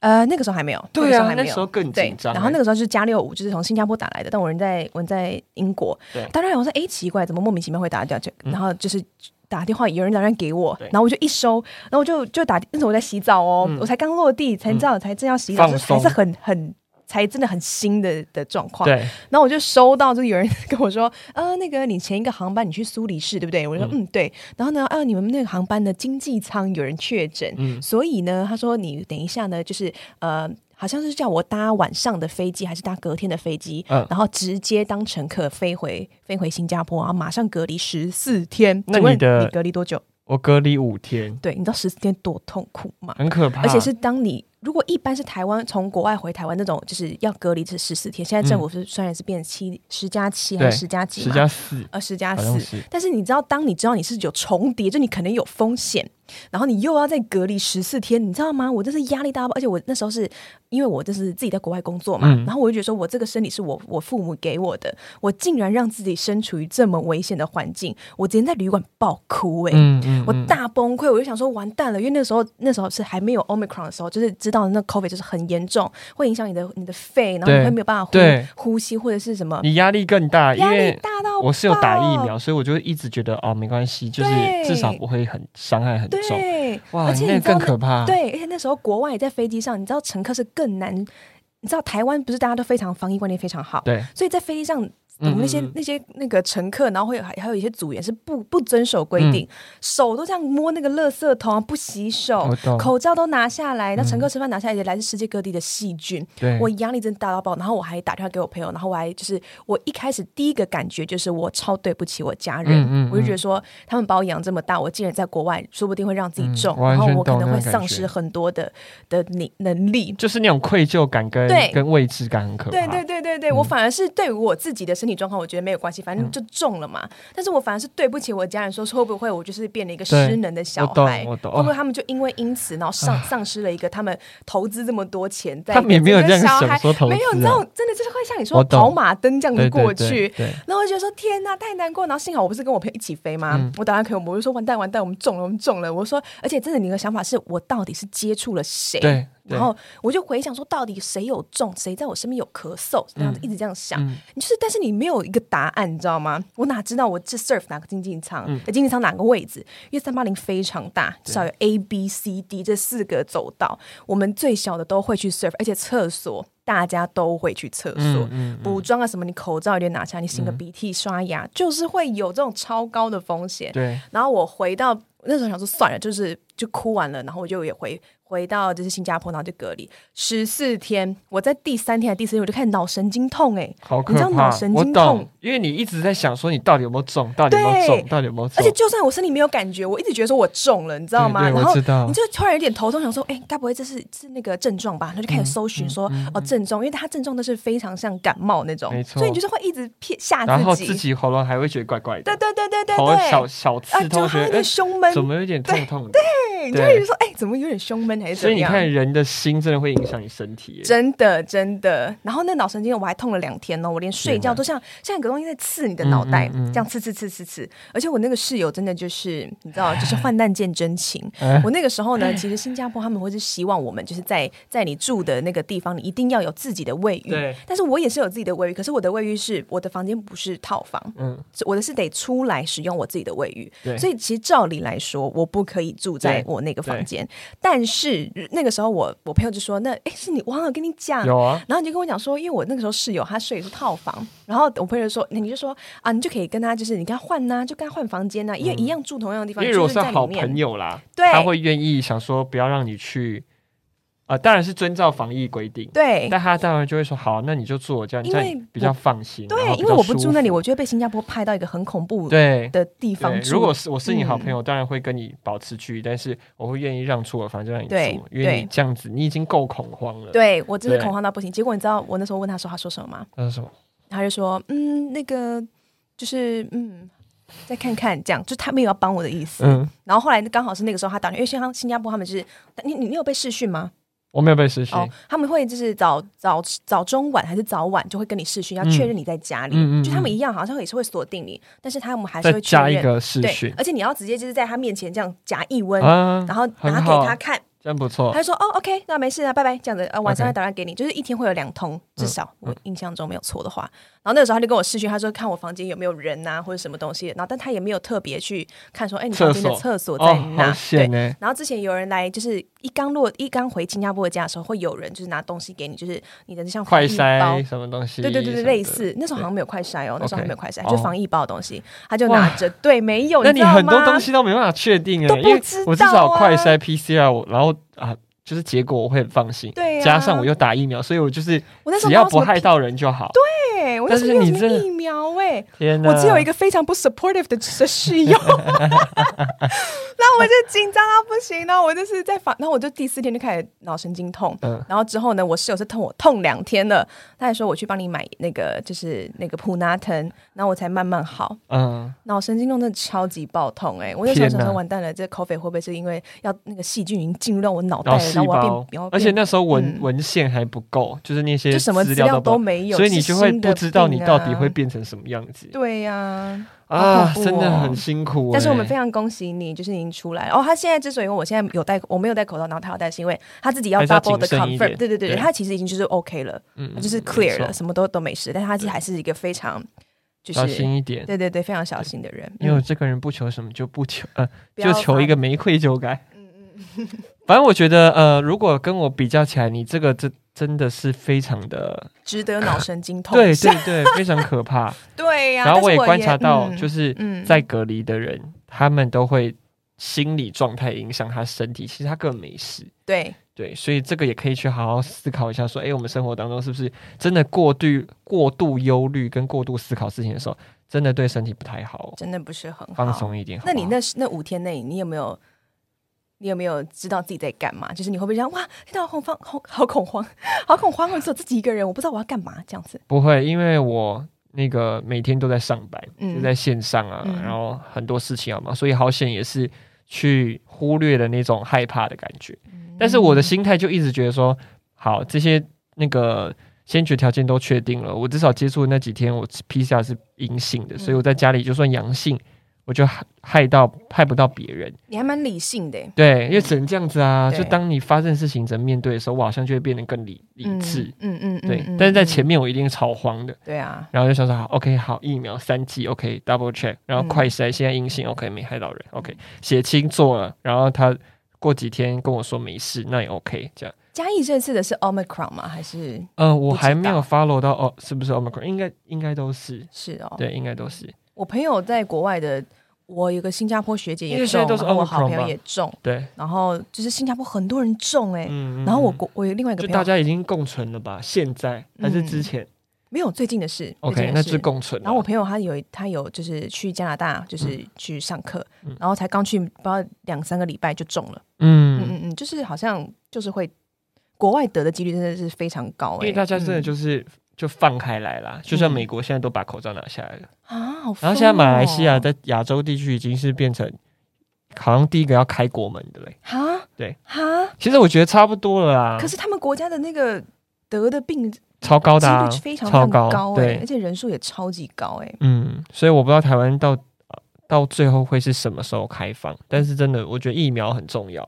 [SPEAKER 2] 呃那个时候还没有，
[SPEAKER 1] 对啊
[SPEAKER 2] 那个时候还没有
[SPEAKER 1] 那时候更紧张哎
[SPEAKER 2] 对然后那个时候就是加六五，就是从新加坡打来的，但我人在我人在英国
[SPEAKER 1] 对，嗯
[SPEAKER 2] 当然我说哎奇怪，怎么莫名其妙会打掉这个？然后就是。打电话有人打电话给我
[SPEAKER 1] 对，嗯
[SPEAKER 2] 然后我就一收，然后我就就打，那时候我在洗澡哦，我才刚落地，才知道、才正要洗澡，
[SPEAKER 1] 放
[SPEAKER 2] 就是
[SPEAKER 1] 松
[SPEAKER 2] 还是很很才真的很新的的状况。
[SPEAKER 1] 对，
[SPEAKER 2] 然后我就收到，就是有人 跟我说，呃，那个你前一个航班你去苏黎世对不对？我就说嗯对。然后呢，啊，你们那个航班的经济舱有人确诊，
[SPEAKER 1] 嗯
[SPEAKER 2] 所以呢，他说你等一下呢，就是呃。好像是叫我搭晚上的飞机，还是搭隔天的飞机，
[SPEAKER 1] 嗯
[SPEAKER 2] 然后直接当乘客飞回飞回新加坡，然后马上隔离十四天。
[SPEAKER 1] 那
[SPEAKER 2] 请问
[SPEAKER 1] 你的
[SPEAKER 2] 你隔离多久？
[SPEAKER 1] 我隔离五天，
[SPEAKER 2] 对，你知道十四天多痛苦吗？
[SPEAKER 1] 很可怕，
[SPEAKER 2] 而且是当你如果一般是台湾从国外回台湾那种，就是要隔离这十四天，现在政府是虽然是变七十加七还是十
[SPEAKER 1] 嗯对
[SPEAKER 2] 加几
[SPEAKER 1] 十
[SPEAKER 2] 嘛，
[SPEAKER 1] 加四，
[SPEAKER 2] 呃十加
[SPEAKER 1] 好像
[SPEAKER 2] 四。
[SPEAKER 1] 是
[SPEAKER 2] 但是你知道，当你知道你是有重叠，就你可能有风险，然后你又要再隔离十四天，你知道吗？我真是压力大爆，而且我那时候是因为我就是自己在国外工作嘛，
[SPEAKER 1] 嗯
[SPEAKER 2] 然后我就觉得说我这个身体是我我父母给我的，我竟然让自己身处于这么危险的环境，我今天在旅馆爆哭哎、欸
[SPEAKER 1] 嗯嗯，
[SPEAKER 2] 我大崩溃，我就想说完蛋了，因为那时候那时候是还没有 omicron 的时候，就是知道那 covid 就是很严重，会影响你的你的肺，然后你
[SPEAKER 1] 对
[SPEAKER 2] 会没有办法呼
[SPEAKER 1] 对
[SPEAKER 2] 呼吸或者是什么，
[SPEAKER 1] 你压力更大，因
[SPEAKER 2] 压力
[SPEAKER 1] 为
[SPEAKER 2] 大到
[SPEAKER 1] 我是有打疫
[SPEAKER 2] 爆，
[SPEAKER 1] 苗，所以我就一直觉得哦没关系，就是
[SPEAKER 2] 对
[SPEAKER 1] 至少不会很伤害很重。
[SPEAKER 2] 对，
[SPEAKER 1] 哇，
[SPEAKER 2] 而且
[SPEAKER 1] 那
[SPEAKER 2] 你
[SPEAKER 1] 个
[SPEAKER 2] 知
[SPEAKER 1] 更
[SPEAKER 2] 道那
[SPEAKER 1] 可怕，
[SPEAKER 2] 对，而且那时候国外在飞机上，你知道乘客是更难，你知道台湾不是大家都非常防疫观念非常好，
[SPEAKER 1] 对
[SPEAKER 2] 所以在飞机上。我们那些
[SPEAKER 1] 嗯嗯嗯
[SPEAKER 2] 那些那个乘客，然后会有还还有一些组员是不不遵守规定，
[SPEAKER 1] 嗯
[SPEAKER 2] 手都这样摸那个垃圾桶，啊不洗手
[SPEAKER 1] 我，懂
[SPEAKER 2] 哦口罩都拿下来，
[SPEAKER 1] 嗯
[SPEAKER 2] 那乘客吃饭拿下来也来自世界各地的细菌，
[SPEAKER 1] 对，
[SPEAKER 2] 我压力真的大到爆。然后我还打电话给我朋友，然后我还就是我一开始第一个感觉就是我超对不起我家人，
[SPEAKER 1] 嗯嗯嗯
[SPEAKER 2] 我就觉得说他们把我养这么大，我竟然在国外，说不定会让自己重，
[SPEAKER 1] 嗯完
[SPEAKER 2] 然后
[SPEAKER 1] 全
[SPEAKER 2] 我可
[SPEAKER 1] 懂
[SPEAKER 2] 能
[SPEAKER 1] 那
[SPEAKER 2] 会
[SPEAKER 1] 种感
[SPEAKER 2] 丧
[SPEAKER 1] 觉
[SPEAKER 2] 失很多的的能能力。
[SPEAKER 1] 就是那种愧疚感跟
[SPEAKER 2] 对
[SPEAKER 1] 跟未知感很可怕。嗯
[SPEAKER 2] 对对对对对，我反而是对于我自己的身体状况，我觉得没有关系，反正就中了嘛。但是我反而是对不起我家人，说会不会我就是变了一个
[SPEAKER 1] 对
[SPEAKER 2] 失能的小
[SPEAKER 1] 我懂
[SPEAKER 2] 孩？
[SPEAKER 1] 我懂啊
[SPEAKER 2] 会不会他们就因为因此，然后丧丧失了一个他们投资这么多钱在
[SPEAKER 1] 他们也没有这
[SPEAKER 2] 给个
[SPEAKER 1] 样
[SPEAKER 2] 小
[SPEAKER 1] 想
[SPEAKER 2] 孩
[SPEAKER 1] 说投资、啊，
[SPEAKER 2] 没有，你知道，真的就是会像你说
[SPEAKER 1] 我懂
[SPEAKER 2] 跑马灯这样子
[SPEAKER 1] 对对
[SPEAKER 2] 过
[SPEAKER 1] 对
[SPEAKER 2] 去。
[SPEAKER 1] 对
[SPEAKER 2] 然后我就觉得说天呐，太难过。然后幸好我不是跟我朋友一起飞吗？
[SPEAKER 1] 嗯
[SPEAKER 2] 我打电话给我，我就说完蛋完蛋，我们中了，我们中了。我说，而且真的，你的想法是我到底是接触了谁？
[SPEAKER 1] 对对
[SPEAKER 2] 哎然后我就回想说，到底谁有中，谁在我身边有咳嗽，这
[SPEAKER 1] 嗯
[SPEAKER 2] 样子一直这样想。你就是，但是你没有一个答案，你知道吗？我哪知道我是 surf 哪个经济舱，
[SPEAKER 1] 嗯
[SPEAKER 2] 呃经济舱哪个位置？因为三八零非常大，至少有 A、B、C、D 这四个走道，我们最小的都会去 surf，而且厕所大家都会去厕所。
[SPEAKER 1] 嗯嗯嗯
[SPEAKER 2] 补妆啊，什么你口罩有点拿下，你擤个
[SPEAKER 1] 嗯
[SPEAKER 2] 鼻涕、刷牙，就是会有这种超高的风
[SPEAKER 1] 嗯
[SPEAKER 2] 险。
[SPEAKER 1] 对，
[SPEAKER 2] 然后我回到那时候想说算了，就是就哭完了，然后我就也回回到就是新加坡，然后就隔离十四天。我在第三天还是第四天我就开始脑神经痛哎、
[SPEAKER 1] 好可
[SPEAKER 2] 你知道
[SPEAKER 1] 怕
[SPEAKER 2] 脑神，
[SPEAKER 1] 我
[SPEAKER 2] 经
[SPEAKER 1] 懂
[SPEAKER 2] 痛，
[SPEAKER 1] 因为你一直在想说你到底有没有中，到底有没有
[SPEAKER 2] 对
[SPEAKER 1] 中，到底有没有
[SPEAKER 2] 而
[SPEAKER 1] 中，
[SPEAKER 2] 且就算我身体没有感觉，我一直觉得说我中了，你知道吗？
[SPEAKER 1] 对对
[SPEAKER 2] 然后
[SPEAKER 1] 我知道
[SPEAKER 2] 你就突然有点头痛，想说，哎、该不会这是是那个症状吧？然后就开始搜
[SPEAKER 1] 嗯
[SPEAKER 2] 寻说，哦，症状，因为它症状都是非常像感冒那种
[SPEAKER 1] 没，错
[SPEAKER 2] 所以你就是会一直骗吓
[SPEAKER 1] 然后
[SPEAKER 2] 自己，
[SPEAKER 1] 自己喉咙还会觉得怪怪的，
[SPEAKER 2] 对对对对对
[SPEAKER 1] 喉咙小
[SPEAKER 2] 对，
[SPEAKER 1] 小
[SPEAKER 2] 啊，
[SPEAKER 1] 刺
[SPEAKER 2] 就
[SPEAKER 1] 痛，
[SPEAKER 2] 还
[SPEAKER 1] 觉
[SPEAKER 2] 有
[SPEAKER 1] 得
[SPEAKER 2] 点
[SPEAKER 1] 哎
[SPEAKER 2] 胸闷，
[SPEAKER 1] 怎么有点痛痛的，
[SPEAKER 2] 对，你就会觉得说，哎、怎么有点胸闷还是
[SPEAKER 1] 所
[SPEAKER 2] 怎
[SPEAKER 1] 以
[SPEAKER 2] 么
[SPEAKER 1] 你
[SPEAKER 2] 样？
[SPEAKER 1] 看人的心真的会影响你身体耶，
[SPEAKER 2] 真的真的，然后那脑神经我还痛了两天哦呢，我连睡觉都像像有个东西在刺你的脑袋，
[SPEAKER 1] 嗯嗯嗯
[SPEAKER 2] 这样刺刺刺刺刺。而且我那个室友真的就是你知道，就是患难见 真情。
[SPEAKER 1] 哎
[SPEAKER 2] 我那个时候呢，其实新加坡他们会是希望我们就是在在你住的那个地方，你一定要有自己的卫浴
[SPEAKER 1] 对。
[SPEAKER 2] 但是我也是有自己的卫浴，可是我的卫浴是我的房间不是套房，
[SPEAKER 1] 嗯，
[SPEAKER 2] 是我的是得出来使用我自己的卫浴。
[SPEAKER 1] 对，
[SPEAKER 2] 所以其实照理来说，我不可以住在
[SPEAKER 1] 对
[SPEAKER 2] 我那个房间。但是那个时候我，我朋友就说：“那哎，是你，我好像跟你讲。”
[SPEAKER 1] 有啊，
[SPEAKER 2] 然后你就跟我讲说，因为我那个时候室友他睡的是套房，然后我朋友就说，那你就说啊，你就可以跟他就是你跟他换呐、就跟他换房间呐、
[SPEAKER 1] 嗯
[SPEAKER 2] 因为一样住同样的地
[SPEAKER 1] 因
[SPEAKER 2] 方，
[SPEAKER 1] 为如果
[SPEAKER 2] 就是在
[SPEAKER 1] 好
[SPEAKER 2] 里
[SPEAKER 1] 朋
[SPEAKER 2] 面。
[SPEAKER 1] 友啦，
[SPEAKER 2] 对
[SPEAKER 1] 他会愿意想说不要让你去，啊，当然是遵照防疫规定，
[SPEAKER 2] 对
[SPEAKER 1] 但他当然就会说好，那你就住我家，你
[SPEAKER 2] 因
[SPEAKER 1] 这
[SPEAKER 2] 为
[SPEAKER 1] 样比较
[SPEAKER 2] 我
[SPEAKER 1] 放心，然
[SPEAKER 2] 对
[SPEAKER 1] 后，比
[SPEAKER 2] 因为
[SPEAKER 1] 较
[SPEAKER 2] 我不
[SPEAKER 1] 舒
[SPEAKER 2] 住那里，
[SPEAKER 1] 服
[SPEAKER 2] 我就会被新加坡派到一个很恐怖
[SPEAKER 1] 对
[SPEAKER 2] 的嗯地
[SPEAKER 1] 对
[SPEAKER 2] 方，住。
[SPEAKER 1] 如果是我是你好朋友，当然会跟你保持距离，但是我会愿意让出我的房间让你
[SPEAKER 2] 对
[SPEAKER 1] 住，因为
[SPEAKER 2] 对
[SPEAKER 1] 你这样子你已经够恐慌了。，
[SPEAKER 2] 对我真是
[SPEAKER 1] 对
[SPEAKER 2] 恐慌到不行。结果你知道我那时候问他说他说什么吗？
[SPEAKER 1] 他说什么？
[SPEAKER 2] 他就说嗯，那个就是嗯，再看看这样，就他没有要帮我的意思。
[SPEAKER 1] 嗯，
[SPEAKER 2] 然后后来刚好是那个时候他打电话，因为新新加坡他们就是你你你有被视讯吗？
[SPEAKER 1] 我没有被失信。
[SPEAKER 2] 哦，他们会就是早早早中晚还是早晚就会跟你视讯，要
[SPEAKER 1] 嗯
[SPEAKER 2] 确认你在家里，
[SPEAKER 1] 嗯嗯嗯
[SPEAKER 2] 就他们一样，好像也是会锁定你，但是他们还是
[SPEAKER 1] 再
[SPEAKER 2] 会确
[SPEAKER 1] 加一
[SPEAKER 2] 认。
[SPEAKER 1] 个视
[SPEAKER 2] 对
[SPEAKER 1] 讯，
[SPEAKER 2] 而且你要直接就是在他面前这样夹一温，
[SPEAKER 1] 啊，
[SPEAKER 2] 然后拿
[SPEAKER 1] 很
[SPEAKER 2] 给
[SPEAKER 1] 好
[SPEAKER 2] 他看，
[SPEAKER 1] 这样不错
[SPEAKER 2] 他。就说哦，OK，那没事啊，拜拜，这样子，呃，晚
[SPEAKER 1] OK 嗯
[SPEAKER 2] 上再打电话给你，就是一天会有两通，至少、我印象中没有错的话。然后那个时候他就跟我视讯，他说看我房间有没有人呐、或者什么东西，然后但他也没有特别去看说，哎，你房间的厕所在
[SPEAKER 1] 哦，
[SPEAKER 2] 哪？
[SPEAKER 1] 好
[SPEAKER 2] 对
[SPEAKER 1] 险，呢。
[SPEAKER 2] 然后之前有人来，就是一刚落一刚回新加坡的家的时候，会有人就是拿东西给你，就是你的像防
[SPEAKER 1] 快
[SPEAKER 2] 疫包
[SPEAKER 1] 筛，什么东西？
[SPEAKER 2] 对对对
[SPEAKER 1] 什
[SPEAKER 2] 对，
[SPEAKER 1] 么的
[SPEAKER 2] 类。似。那时候好像没有快筛哦，那时候还没有快筛，就
[SPEAKER 1] 哦
[SPEAKER 2] 防疫包的东西，他就拿着，对，没有，
[SPEAKER 1] 那
[SPEAKER 2] 哦你
[SPEAKER 1] 你
[SPEAKER 2] 知道
[SPEAKER 1] 很多
[SPEAKER 2] 吗
[SPEAKER 1] 东西都没办法确定
[SPEAKER 2] 都
[SPEAKER 1] 哎，
[SPEAKER 2] 不
[SPEAKER 1] 因为
[SPEAKER 2] 知
[SPEAKER 1] 我至少
[SPEAKER 2] 道啊
[SPEAKER 1] 快筛 PCR，我然后啊，就是结果我会很放心。
[SPEAKER 2] 对啊
[SPEAKER 1] 加上我又打疫苗，所以我就是
[SPEAKER 2] 我那时候
[SPEAKER 1] 只要
[SPEAKER 2] 没有
[SPEAKER 1] 不
[SPEAKER 2] 什么
[SPEAKER 1] 害到人就好。
[SPEAKER 2] 对，欸我那时候
[SPEAKER 1] 但
[SPEAKER 2] 没
[SPEAKER 1] 是你
[SPEAKER 2] 有什么
[SPEAKER 1] 真的
[SPEAKER 2] 疫苗哎、
[SPEAKER 1] 天哪！
[SPEAKER 2] 我只有一个非常不 supportive 的的室友， 那我就紧张到不行，然后我就是在房，然后我就第四天就开始脑神经痛，
[SPEAKER 1] 嗯
[SPEAKER 2] 然后之后呢，我室友是痛我痛两天了，他还说我去帮你买那个就是那个普拿疼，然后我才慢慢好。
[SPEAKER 1] 嗯，
[SPEAKER 2] 脑神经痛真的超级爆痛哎、我那时候
[SPEAKER 1] 天哪
[SPEAKER 2] 想说完蛋了，这 COVID 会不会是因为要那个细菌已经进入到我脑袋
[SPEAKER 1] 脑
[SPEAKER 2] 了，
[SPEAKER 1] 细
[SPEAKER 2] 然后我要
[SPEAKER 1] 胞
[SPEAKER 2] 变，然后，
[SPEAKER 1] 而且那时候文
[SPEAKER 2] 嗯
[SPEAKER 1] 文献还不够，就是那些
[SPEAKER 2] 就什么
[SPEAKER 1] 资
[SPEAKER 2] 资料
[SPEAKER 1] 不够
[SPEAKER 2] 都没有，
[SPEAKER 1] 所以你
[SPEAKER 2] 是
[SPEAKER 1] 就会
[SPEAKER 2] 新的
[SPEAKER 1] 不知道你
[SPEAKER 2] 病啊
[SPEAKER 1] 到底会变成什么样子
[SPEAKER 2] 对呀、好
[SPEAKER 1] 啊，
[SPEAKER 2] 恐怖
[SPEAKER 1] 真的
[SPEAKER 2] 哦
[SPEAKER 1] 很辛苦欸。
[SPEAKER 2] 但是我们非常恭喜你，就是已经出来了。哦，他现在之所以问我现在有戴，我没有戴口罩，然后他要戴，是因为他自己要
[SPEAKER 1] 还是要
[SPEAKER 2] double 的
[SPEAKER 1] 谨慎一
[SPEAKER 2] confirm，
[SPEAKER 1] 点
[SPEAKER 2] 对对对，
[SPEAKER 1] 对
[SPEAKER 2] 他其实已经就是 OK 了，
[SPEAKER 1] 嗯，嗯
[SPEAKER 2] 就是
[SPEAKER 1] 嗯
[SPEAKER 2] clear
[SPEAKER 1] 没
[SPEAKER 2] 了，
[SPEAKER 1] 错
[SPEAKER 2] 什么都都没事。但他是还是一个非常就
[SPEAKER 1] 小
[SPEAKER 2] 是
[SPEAKER 1] 心一点，
[SPEAKER 2] 对对对非常小心的人，
[SPEAKER 1] 因为我
[SPEAKER 2] 嗯
[SPEAKER 1] 这个人不求什么就不求呃，
[SPEAKER 2] 不
[SPEAKER 1] 就
[SPEAKER 2] 要
[SPEAKER 1] 求
[SPEAKER 2] 放
[SPEAKER 1] 一个没愧疚感。
[SPEAKER 2] 嗯嗯嗯
[SPEAKER 1] 反正我觉得呃，如果跟我比较起来，你这个真真的是非常的，
[SPEAKER 2] 值得脑神经痛
[SPEAKER 1] 对
[SPEAKER 2] 一下，
[SPEAKER 1] 对对，非常可怕。
[SPEAKER 2] 对呀。
[SPEAKER 1] 然后
[SPEAKER 2] 但是
[SPEAKER 1] 也
[SPEAKER 2] 我
[SPEAKER 1] 观察到，就是是
[SPEAKER 2] 嗯
[SPEAKER 1] 在隔离的人，他们都会心理状态影响他身体，其实他根本没事。
[SPEAKER 2] 对
[SPEAKER 1] 对，所以这个也可以去好好思考一下，说，诶，我们生活当中是不是真的过度过度忧虑跟过度思考事情的时候，真的对身体不太好哦，
[SPEAKER 2] 真的不是很
[SPEAKER 1] 放
[SPEAKER 2] 好。
[SPEAKER 1] 松一点好不
[SPEAKER 2] 那
[SPEAKER 1] 好
[SPEAKER 2] 你那那五天内，你有没有？你有没有知道自己在干嘛？就是你会不会这样哇？现在好恐慌，好好恐慌，好恐慌！我只有自己一个人，我不知道我要干嘛这样子。
[SPEAKER 1] 不会，因为我那个每天都在上班，
[SPEAKER 2] 嗯
[SPEAKER 1] 就在线上啊，
[SPEAKER 2] 嗯
[SPEAKER 1] 然后很多事情啊嘛，所以好险也是去忽略了那种害怕的感觉。但是我的心态就一直觉得说，好，这些那个先决条件都确定了，我至少接触的那几天我 PCR 是阴性的，所以我
[SPEAKER 2] 嗯
[SPEAKER 1] 在家里就算阳性，我就害害到害不到别人。
[SPEAKER 2] 你还蛮理性的耶，欸
[SPEAKER 1] 对，因为只能这样子啊。
[SPEAKER 2] 对
[SPEAKER 1] 就当你发生事情怎么面对的时候，我好像就会变得更理理智。
[SPEAKER 2] 嗯嗯嗯，
[SPEAKER 1] 对
[SPEAKER 2] 嗯，
[SPEAKER 1] 但是在
[SPEAKER 2] 嗯
[SPEAKER 1] 前面我一定超慌的。
[SPEAKER 2] 对啊，
[SPEAKER 1] 然后就想说好，OK，好，疫苗三剂，OK，double、check，然
[SPEAKER 2] 嗯
[SPEAKER 1] 后快筛，现在阴性，OK，没害到人，OK，血清做了，然后他过几天跟我说没事，那也 OK，这样，
[SPEAKER 2] 嘉义这次的是 Omicron 吗？还是
[SPEAKER 1] 嗯，我还没有
[SPEAKER 2] 不
[SPEAKER 1] follow 到哦，是不是 Omicron？应该应该都是，
[SPEAKER 2] 是哦？
[SPEAKER 1] 对，应该都是，
[SPEAKER 2] 我朋友在国外的，我有个新加坡学姐
[SPEAKER 1] 因
[SPEAKER 2] 也
[SPEAKER 1] 为现在
[SPEAKER 2] 中，
[SPEAKER 1] 都是
[SPEAKER 2] 然后我好
[SPEAKER 1] Omicron
[SPEAKER 2] 朋友
[SPEAKER 1] 嘛
[SPEAKER 2] 也中，
[SPEAKER 1] 对，
[SPEAKER 2] 然后就是新加坡很多人中哎、
[SPEAKER 1] 嗯。嗯
[SPEAKER 2] 然后我
[SPEAKER 1] 嗯
[SPEAKER 2] 国我有另外一个
[SPEAKER 1] 就
[SPEAKER 2] 朋
[SPEAKER 1] 大
[SPEAKER 2] 友，嗯
[SPEAKER 1] 家已经共存了吧？现在还是之前、
[SPEAKER 2] 没有最近的事
[SPEAKER 1] o
[SPEAKER 2] 最
[SPEAKER 1] k
[SPEAKER 2] 近
[SPEAKER 1] 那
[SPEAKER 2] 的
[SPEAKER 1] 是
[SPEAKER 2] 事。
[SPEAKER 1] 共存了。
[SPEAKER 2] 然后我朋友他有他有就是去加拿大，就是去上课，
[SPEAKER 1] 嗯
[SPEAKER 2] 然后才刚去不知道两三个礼拜就中了，嗯
[SPEAKER 1] 嗯，
[SPEAKER 2] 嗯嗯，就是好像就是会国外得的几率真的是非常高、
[SPEAKER 1] 因
[SPEAKER 2] 欸，
[SPEAKER 1] 为大家真的
[SPEAKER 2] 嗯
[SPEAKER 1] 就是、就放开来啦，就像
[SPEAKER 2] 嗯
[SPEAKER 1] 美国现在都把口罩拿下来了，
[SPEAKER 2] 啊，好
[SPEAKER 1] 然后现在马来西亚
[SPEAKER 2] 疯哦
[SPEAKER 1] 在亚洲地区已经是变成好像第一个要开国门的嘞。
[SPEAKER 2] 哈
[SPEAKER 1] 对啊
[SPEAKER 2] 哈，
[SPEAKER 1] 其实我觉得差不多了啦，
[SPEAKER 2] 可是他们国家的那个得的病
[SPEAKER 1] 超高的、啊
[SPEAKER 2] 几率，非常非
[SPEAKER 1] 超
[SPEAKER 2] 常
[SPEAKER 1] 高，
[SPEAKER 2] 高哎、而
[SPEAKER 1] 对，
[SPEAKER 2] 且人数也超级高哎、
[SPEAKER 1] 嗯，所以我不知道台湾到到最后会是什么时候开放，但是真的，我觉得疫苗很重要。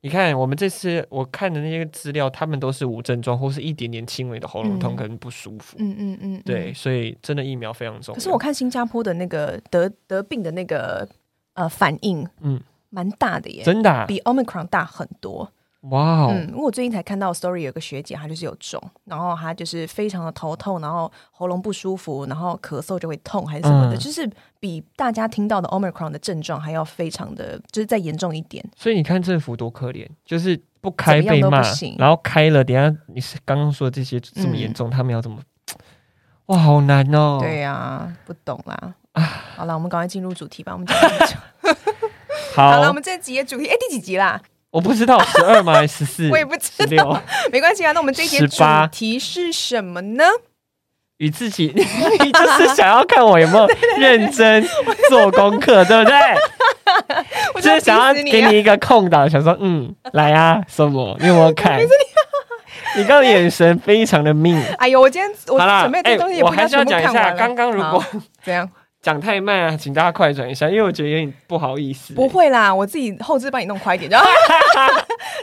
[SPEAKER 1] 你看，我们这次我看的那些资料，他们都是无症状或是一点点轻微的喉咙痛
[SPEAKER 2] 嗯
[SPEAKER 1] 跟不舒服，
[SPEAKER 2] 嗯嗯嗯，嗯
[SPEAKER 1] 对，。所以真的疫苗非常重要。
[SPEAKER 2] 可是我看新加坡的那个得得病的那个呃反应，
[SPEAKER 1] 嗯
[SPEAKER 2] 嗯，蛮大的耶，
[SPEAKER 1] 真的啊、
[SPEAKER 2] 比 Omicron 大很多。
[SPEAKER 1] 哇哦，
[SPEAKER 2] 嗯，因为我最近才看到 story 有个学姐，她就是有中，然后她就是非常的头痛，然后喉咙不舒服，然后咳嗽就会痛还是什么的，
[SPEAKER 1] 嗯
[SPEAKER 2] 就是比大家听到的 Omicron 的症状还要非常的，就是再严重一点。
[SPEAKER 1] 所以你看政府多可怜，就是不开
[SPEAKER 2] 怎么
[SPEAKER 1] 被
[SPEAKER 2] 样都不
[SPEAKER 1] 骂
[SPEAKER 2] 行，
[SPEAKER 1] 然后开了，等一下你是刚刚说的这些这么
[SPEAKER 2] 嗯
[SPEAKER 1] 严重，他们要怎么？哇，好难哦。
[SPEAKER 2] 对呀、不懂 啦。好了，我们赶快进入主题吧。我们讲很久好了，我
[SPEAKER 1] 好，
[SPEAKER 2] 们这集的主题，哎，第几集啦？
[SPEAKER 1] 我不知道十二吗？还是十四？
[SPEAKER 2] 我也不知
[SPEAKER 1] 十
[SPEAKER 2] 道
[SPEAKER 1] 六？
[SPEAKER 2] 没关系啊，那我们这一节主
[SPEAKER 1] 18
[SPEAKER 2] 题是什么呢？
[SPEAKER 1] 与自己， 你就是想要看我有没有认真做功课，对不对？
[SPEAKER 2] 我
[SPEAKER 1] 就是想要
[SPEAKER 2] 逼死
[SPEAKER 1] 给
[SPEAKER 2] 啊
[SPEAKER 1] 你一个空档，想说嗯，来啊，什么？你有没有 看？ 你刚刚眼神非常的命。
[SPEAKER 2] 哎呦，我今天我
[SPEAKER 1] 好啦，
[SPEAKER 2] 准备这
[SPEAKER 1] 哎
[SPEAKER 2] 些东西也
[SPEAKER 1] 我
[SPEAKER 2] 不
[SPEAKER 1] 还
[SPEAKER 2] 要
[SPEAKER 1] 是要
[SPEAKER 2] 全部
[SPEAKER 1] 讲一
[SPEAKER 2] 看
[SPEAKER 1] 下，
[SPEAKER 2] 完了。
[SPEAKER 1] 刚刚如果
[SPEAKER 2] 好怎样？
[SPEAKER 1] 讲太慢啊，请大家快转一下，因为我觉得有点不好意思、
[SPEAKER 2] 不，会啦，我自己后置帮你弄快一点。然后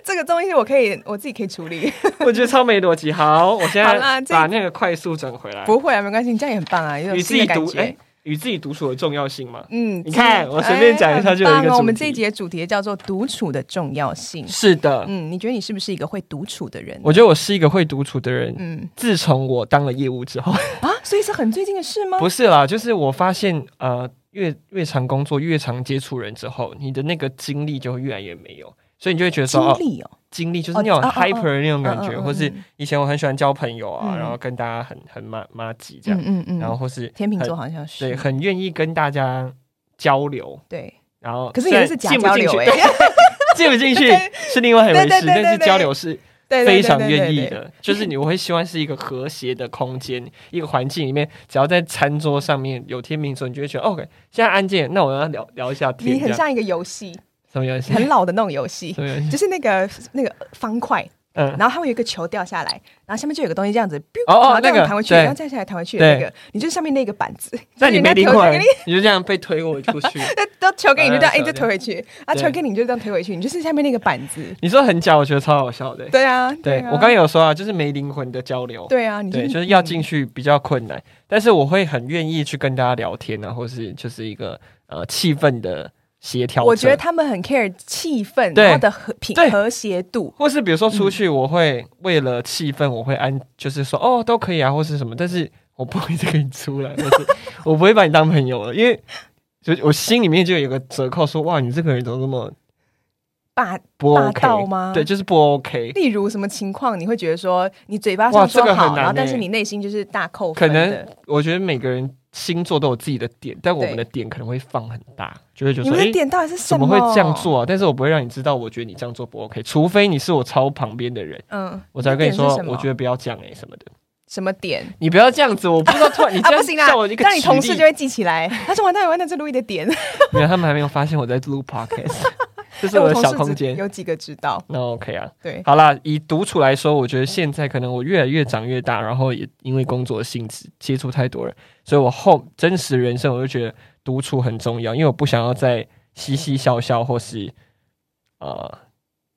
[SPEAKER 2] 这个东西我可以我自己可以 处理。
[SPEAKER 1] 我觉得超没逻辑。好，我现
[SPEAKER 2] 好啦
[SPEAKER 1] 在
[SPEAKER 2] 这
[SPEAKER 1] 把那个快速转回来。
[SPEAKER 2] 不会啊，没关系，你这样也很棒啊，有种
[SPEAKER 1] 与自
[SPEAKER 2] 新
[SPEAKER 1] 己
[SPEAKER 2] 的感
[SPEAKER 1] 独哎
[SPEAKER 2] 觉。，
[SPEAKER 1] 与、自己独处的重要性嘛。
[SPEAKER 2] 嗯
[SPEAKER 1] 你看我随便讲一下就有一个
[SPEAKER 2] 哎很棒哦
[SPEAKER 1] 主
[SPEAKER 2] 我们这一
[SPEAKER 1] 题
[SPEAKER 2] 节主题叫做独处的重要性。
[SPEAKER 1] 是的，
[SPEAKER 2] 嗯，你觉得你是不是一个会独处的人？
[SPEAKER 1] 我觉得我是一个会独处的人。
[SPEAKER 2] 嗯
[SPEAKER 1] 自从我当了业务之后，
[SPEAKER 2] 啊，所以是很最近的事吗？
[SPEAKER 1] 不是啦，就是我发现呃，越越常工作，越常接触人之后，你的那个精力就会越来越没有，所以你就会觉得说，
[SPEAKER 2] 经
[SPEAKER 1] 哦，
[SPEAKER 2] 历哦，
[SPEAKER 1] 精力就是
[SPEAKER 2] 哦
[SPEAKER 1] 那种
[SPEAKER 2] 哦哦哦
[SPEAKER 1] hyper 的那种感觉，
[SPEAKER 2] 嗯嗯嗯
[SPEAKER 1] 或是
[SPEAKER 2] 嗯
[SPEAKER 1] 以前我很喜欢交朋友啊，
[SPEAKER 2] 嗯
[SPEAKER 1] 然后跟大家很很妈妈吉这样，
[SPEAKER 2] 嗯嗯嗯，
[SPEAKER 1] 然后或是
[SPEAKER 2] 天秤
[SPEAKER 1] 很
[SPEAKER 2] 座好像是
[SPEAKER 1] 对，很愿意跟大家交流，
[SPEAKER 2] 对，
[SPEAKER 1] 然后
[SPEAKER 2] 可是
[SPEAKER 1] 虽然
[SPEAKER 2] 你是假
[SPEAKER 1] 进不
[SPEAKER 2] 交
[SPEAKER 1] 进
[SPEAKER 2] 流
[SPEAKER 1] 去
[SPEAKER 2] 哎、
[SPEAKER 1] 对进不 进去是另外一回
[SPEAKER 2] 对
[SPEAKER 1] 事，
[SPEAKER 2] 对对
[SPEAKER 1] 但是
[SPEAKER 2] 对
[SPEAKER 1] 交流是
[SPEAKER 2] 对对对
[SPEAKER 1] 非常愿
[SPEAKER 2] 对
[SPEAKER 1] 意
[SPEAKER 2] 对对
[SPEAKER 1] 的，就是你我会希望是一个和谐的空间，一个环境里面，只要在餐桌上面有天秤座，你就会觉得 OK，现在安静，那我要聊聊一下天，
[SPEAKER 2] 你
[SPEAKER 1] 这
[SPEAKER 2] 很
[SPEAKER 1] 样
[SPEAKER 2] 像一个游戏，
[SPEAKER 1] 什么游戏？
[SPEAKER 2] 很老的那种 游戏
[SPEAKER 1] 什，么游 戏？
[SPEAKER 2] 就是那个那个方块，
[SPEAKER 1] 嗯，
[SPEAKER 2] 然后它会有一个球掉下来，然后下面就有个东西这样子，
[SPEAKER 1] 哦哦
[SPEAKER 2] 然后这样
[SPEAKER 1] 那个
[SPEAKER 2] 弹回去，
[SPEAKER 1] 对
[SPEAKER 2] 然后掉下来弹回去的那个，你就是上面那个板 子，
[SPEAKER 1] 那你没灵
[SPEAKER 2] 就是人家
[SPEAKER 1] 魂
[SPEAKER 2] 球给你，
[SPEAKER 1] 你就这样被推过出去。
[SPEAKER 2] 都球给你就这样，
[SPEAKER 1] 哎
[SPEAKER 2] 哎，
[SPEAKER 1] 手
[SPEAKER 2] 就推回去，啊，
[SPEAKER 1] 对
[SPEAKER 2] 球给你就这样推回去，你就是下面那个板子，
[SPEAKER 1] 你说很假，我觉得超好笑的。
[SPEAKER 2] 对啊，
[SPEAKER 1] 对
[SPEAKER 2] 啊
[SPEAKER 1] 我刚刚有说啊，就是没灵魂的交流，
[SPEAKER 2] 对啊，你
[SPEAKER 1] 对，就是要进去比较困难，但是我会很愿意去跟大家聊天啊，或是就是一个呃气氛的协调者。
[SPEAKER 2] 我觉得他们很 care 气氛，
[SPEAKER 1] 对
[SPEAKER 2] 然后的和平
[SPEAKER 1] 对
[SPEAKER 2] 和谐度，
[SPEAKER 1] 或是比如说出
[SPEAKER 2] 嗯
[SPEAKER 1] 去，我会为了气氛，我会安，就是说哦都可以啊，或是什么，但是我不会再跟你出来，或 是我不会把你当朋友了，因为就我心里面就有个折扣说，哇，你这个人怎么这么
[SPEAKER 2] 霸。
[SPEAKER 1] 不
[SPEAKER 2] 霸
[SPEAKER 1] OK
[SPEAKER 2] 道吗
[SPEAKER 1] 对，就是不 OK，
[SPEAKER 2] 例如什么情况，你会觉得说你嘴巴
[SPEAKER 1] 哇
[SPEAKER 2] 上
[SPEAKER 1] 这
[SPEAKER 2] 说
[SPEAKER 1] 个很
[SPEAKER 2] 好，
[SPEAKER 1] 难
[SPEAKER 2] 然后但
[SPEAKER 1] 欸
[SPEAKER 2] 是你内心就是大扣
[SPEAKER 1] 可
[SPEAKER 2] 分的
[SPEAKER 1] 能我觉得每个人星座都有自己的点，但我们的点可能会放很大，就会觉得
[SPEAKER 2] 你
[SPEAKER 1] 说，
[SPEAKER 2] 们的
[SPEAKER 1] 哎。
[SPEAKER 2] 点到底是
[SPEAKER 1] 怎
[SPEAKER 2] 什
[SPEAKER 1] 么
[SPEAKER 2] 么
[SPEAKER 1] 会这样？做啊？但是我不会让你知道，我觉得你这样做不 OK，除非你是我超旁边的人，
[SPEAKER 2] 嗯，
[SPEAKER 1] 我才跟你
[SPEAKER 2] 你的
[SPEAKER 1] 说
[SPEAKER 2] 点是什，么
[SPEAKER 1] 我觉得不要这样哎、什么的。
[SPEAKER 2] 什么点？
[SPEAKER 1] 你不要这样子，我不知道突然 你这
[SPEAKER 2] 啊，不
[SPEAKER 1] 样
[SPEAKER 2] 行啦
[SPEAKER 1] 叫我一，个
[SPEAKER 2] 让你
[SPEAKER 1] 举
[SPEAKER 2] 同事
[SPEAKER 1] 例
[SPEAKER 2] 就会记起来。他说：“完蛋，完蛋，这录一的点。
[SPEAKER 1] 没有，他们还没有发现我在录 podcast，这” 是
[SPEAKER 2] 哎
[SPEAKER 1] 我的
[SPEAKER 2] 同
[SPEAKER 1] 小
[SPEAKER 2] 事
[SPEAKER 1] 空
[SPEAKER 2] 只
[SPEAKER 1] 间。
[SPEAKER 2] 有几个知道。
[SPEAKER 1] 那 OK 啊，
[SPEAKER 2] 对，
[SPEAKER 1] 好啦，以独处来说，我觉得现在可能我越来越长越大，然后也因为工作的性质接触太多人，所以我后真实人生我就觉得独处很重要，因为我不想要再嘻嘻笑笑或是呃，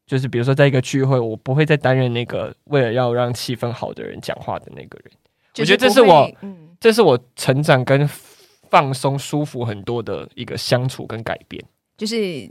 [SPEAKER 1] 就是比如说在一个聚会，我不会再担任那个为了要让气氛好的人讲话的那个人。我
[SPEAKER 2] 就
[SPEAKER 1] 觉得这
[SPEAKER 2] 不
[SPEAKER 1] 是我
[SPEAKER 2] 会，嗯，
[SPEAKER 1] 这是我成长跟放松、舒服很多的一个相处跟改变。
[SPEAKER 2] 就是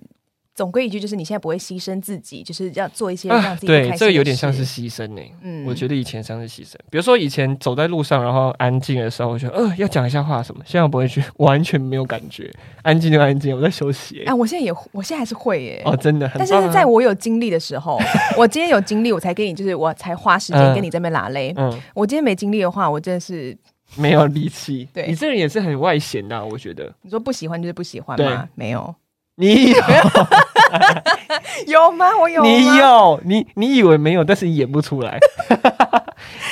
[SPEAKER 2] 总归一句就是，你现在不会牺牲自己，就是要做一些让
[SPEAKER 1] 啊，
[SPEAKER 2] 自己不开心
[SPEAKER 1] 对
[SPEAKER 2] 的，事、
[SPEAKER 1] 这个有点像是牺牲呢、欸
[SPEAKER 2] 嗯
[SPEAKER 1] 我觉得以前像是牺牲，比如说以前走在路上，然后安静的时候，我觉得呃要讲一下话什么，现在我不会去，完全没有感觉，安静就安静，我在休息欸、
[SPEAKER 2] 啊，我现在也，我现在还是会耶、
[SPEAKER 1] 哦，真的很
[SPEAKER 2] 但
[SPEAKER 1] 棒、啊。
[SPEAKER 2] 是是在我有精力的时候， 我今天有精力，我才跟你，就是我才花时间
[SPEAKER 1] 嗯
[SPEAKER 2] 跟你这边拉嘞。
[SPEAKER 1] 嗯
[SPEAKER 2] 我今天没精力的话，我真的是
[SPEAKER 1] 没有力气，
[SPEAKER 2] 对
[SPEAKER 1] 你这人也是很外显的啊、我觉得
[SPEAKER 2] 你说不喜欢就是不喜欢吗？没有，
[SPEAKER 1] 你有
[SPEAKER 2] 有吗？我有吗，
[SPEAKER 1] 你有你你以为没有，但是你演不出来，
[SPEAKER 2] 哎、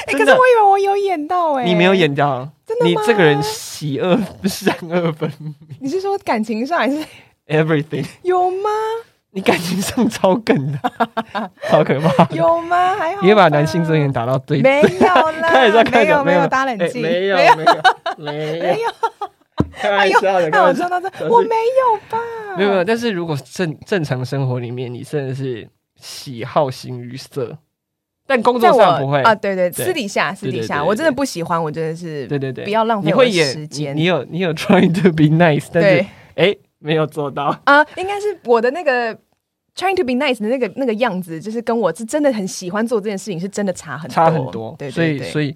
[SPEAKER 1] 真
[SPEAKER 2] 可
[SPEAKER 1] 的
[SPEAKER 2] 是我以为我有演到哎、
[SPEAKER 1] 你没有，演到，
[SPEAKER 2] 真的
[SPEAKER 1] 你
[SPEAKER 2] 吗
[SPEAKER 1] 这个人喜恶善恶分明
[SPEAKER 2] 你是说感情上还是
[SPEAKER 1] ，everything，
[SPEAKER 2] 有吗？
[SPEAKER 1] 你感情上超 梗的，好可怕。
[SPEAKER 2] 有吗？还好吧，
[SPEAKER 1] 嗯你也把男性尊严打到最
[SPEAKER 2] 没有啦，
[SPEAKER 1] 开始在
[SPEAKER 2] 没
[SPEAKER 1] 开
[SPEAKER 2] 有
[SPEAKER 1] 始
[SPEAKER 2] 没有打冷
[SPEAKER 1] 哎
[SPEAKER 2] 静，
[SPEAKER 1] 没有
[SPEAKER 2] 没有哎
[SPEAKER 1] 没有没有
[SPEAKER 2] 没有，
[SPEAKER 1] 开玩笑的，开
[SPEAKER 2] 那我
[SPEAKER 1] 玩
[SPEAKER 2] 说
[SPEAKER 1] 笑。
[SPEAKER 2] 到这，
[SPEAKER 1] 是
[SPEAKER 2] 我没有吧？
[SPEAKER 1] 没有没有，但是如果正正常生活里面，你真的是喜好型于色，但工
[SPEAKER 2] 在
[SPEAKER 1] 作
[SPEAKER 2] 我
[SPEAKER 1] 上不会
[SPEAKER 2] 啊，对对，
[SPEAKER 1] 对
[SPEAKER 2] 私底下私
[SPEAKER 1] 对
[SPEAKER 2] 底
[SPEAKER 1] 对
[SPEAKER 2] 下，
[SPEAKER 1] 对
[SPEAKER 2] 我真的
[SPEAKER 1] 对
[SPEAKER 2] 不喜欢，我真的是
[SPEAKER 1] 对对对，
[SPEAKER 2] 不要浪费
[SPEAKER 1] 你
[SPEAKER 2] 我
[SPEAKER 1] 会
[SPEAKER 2] 的
[SPEAKER 1] 演
[SPEAKER 2] 时
[SPEAKER 1] 你
[SPEAKER 2] 间
[SPEAKER 1] 你有你有 trying to be nice，但是
[SPEAKER 2] 对
[SPEAKER 1] 哎没有做到，
[SPEAKER 2] 啊，应该是我的那个 trying to be nice 的那个那个样子，就是跟我是真的很喜欢做这件事情，是真的差很
[SPEAKER 1] 差很多。
[SPEAKER 2] 对，
[SPEAKER 1] 所以所
[SPEAKER 2] 以
[SPEAKER 1] 以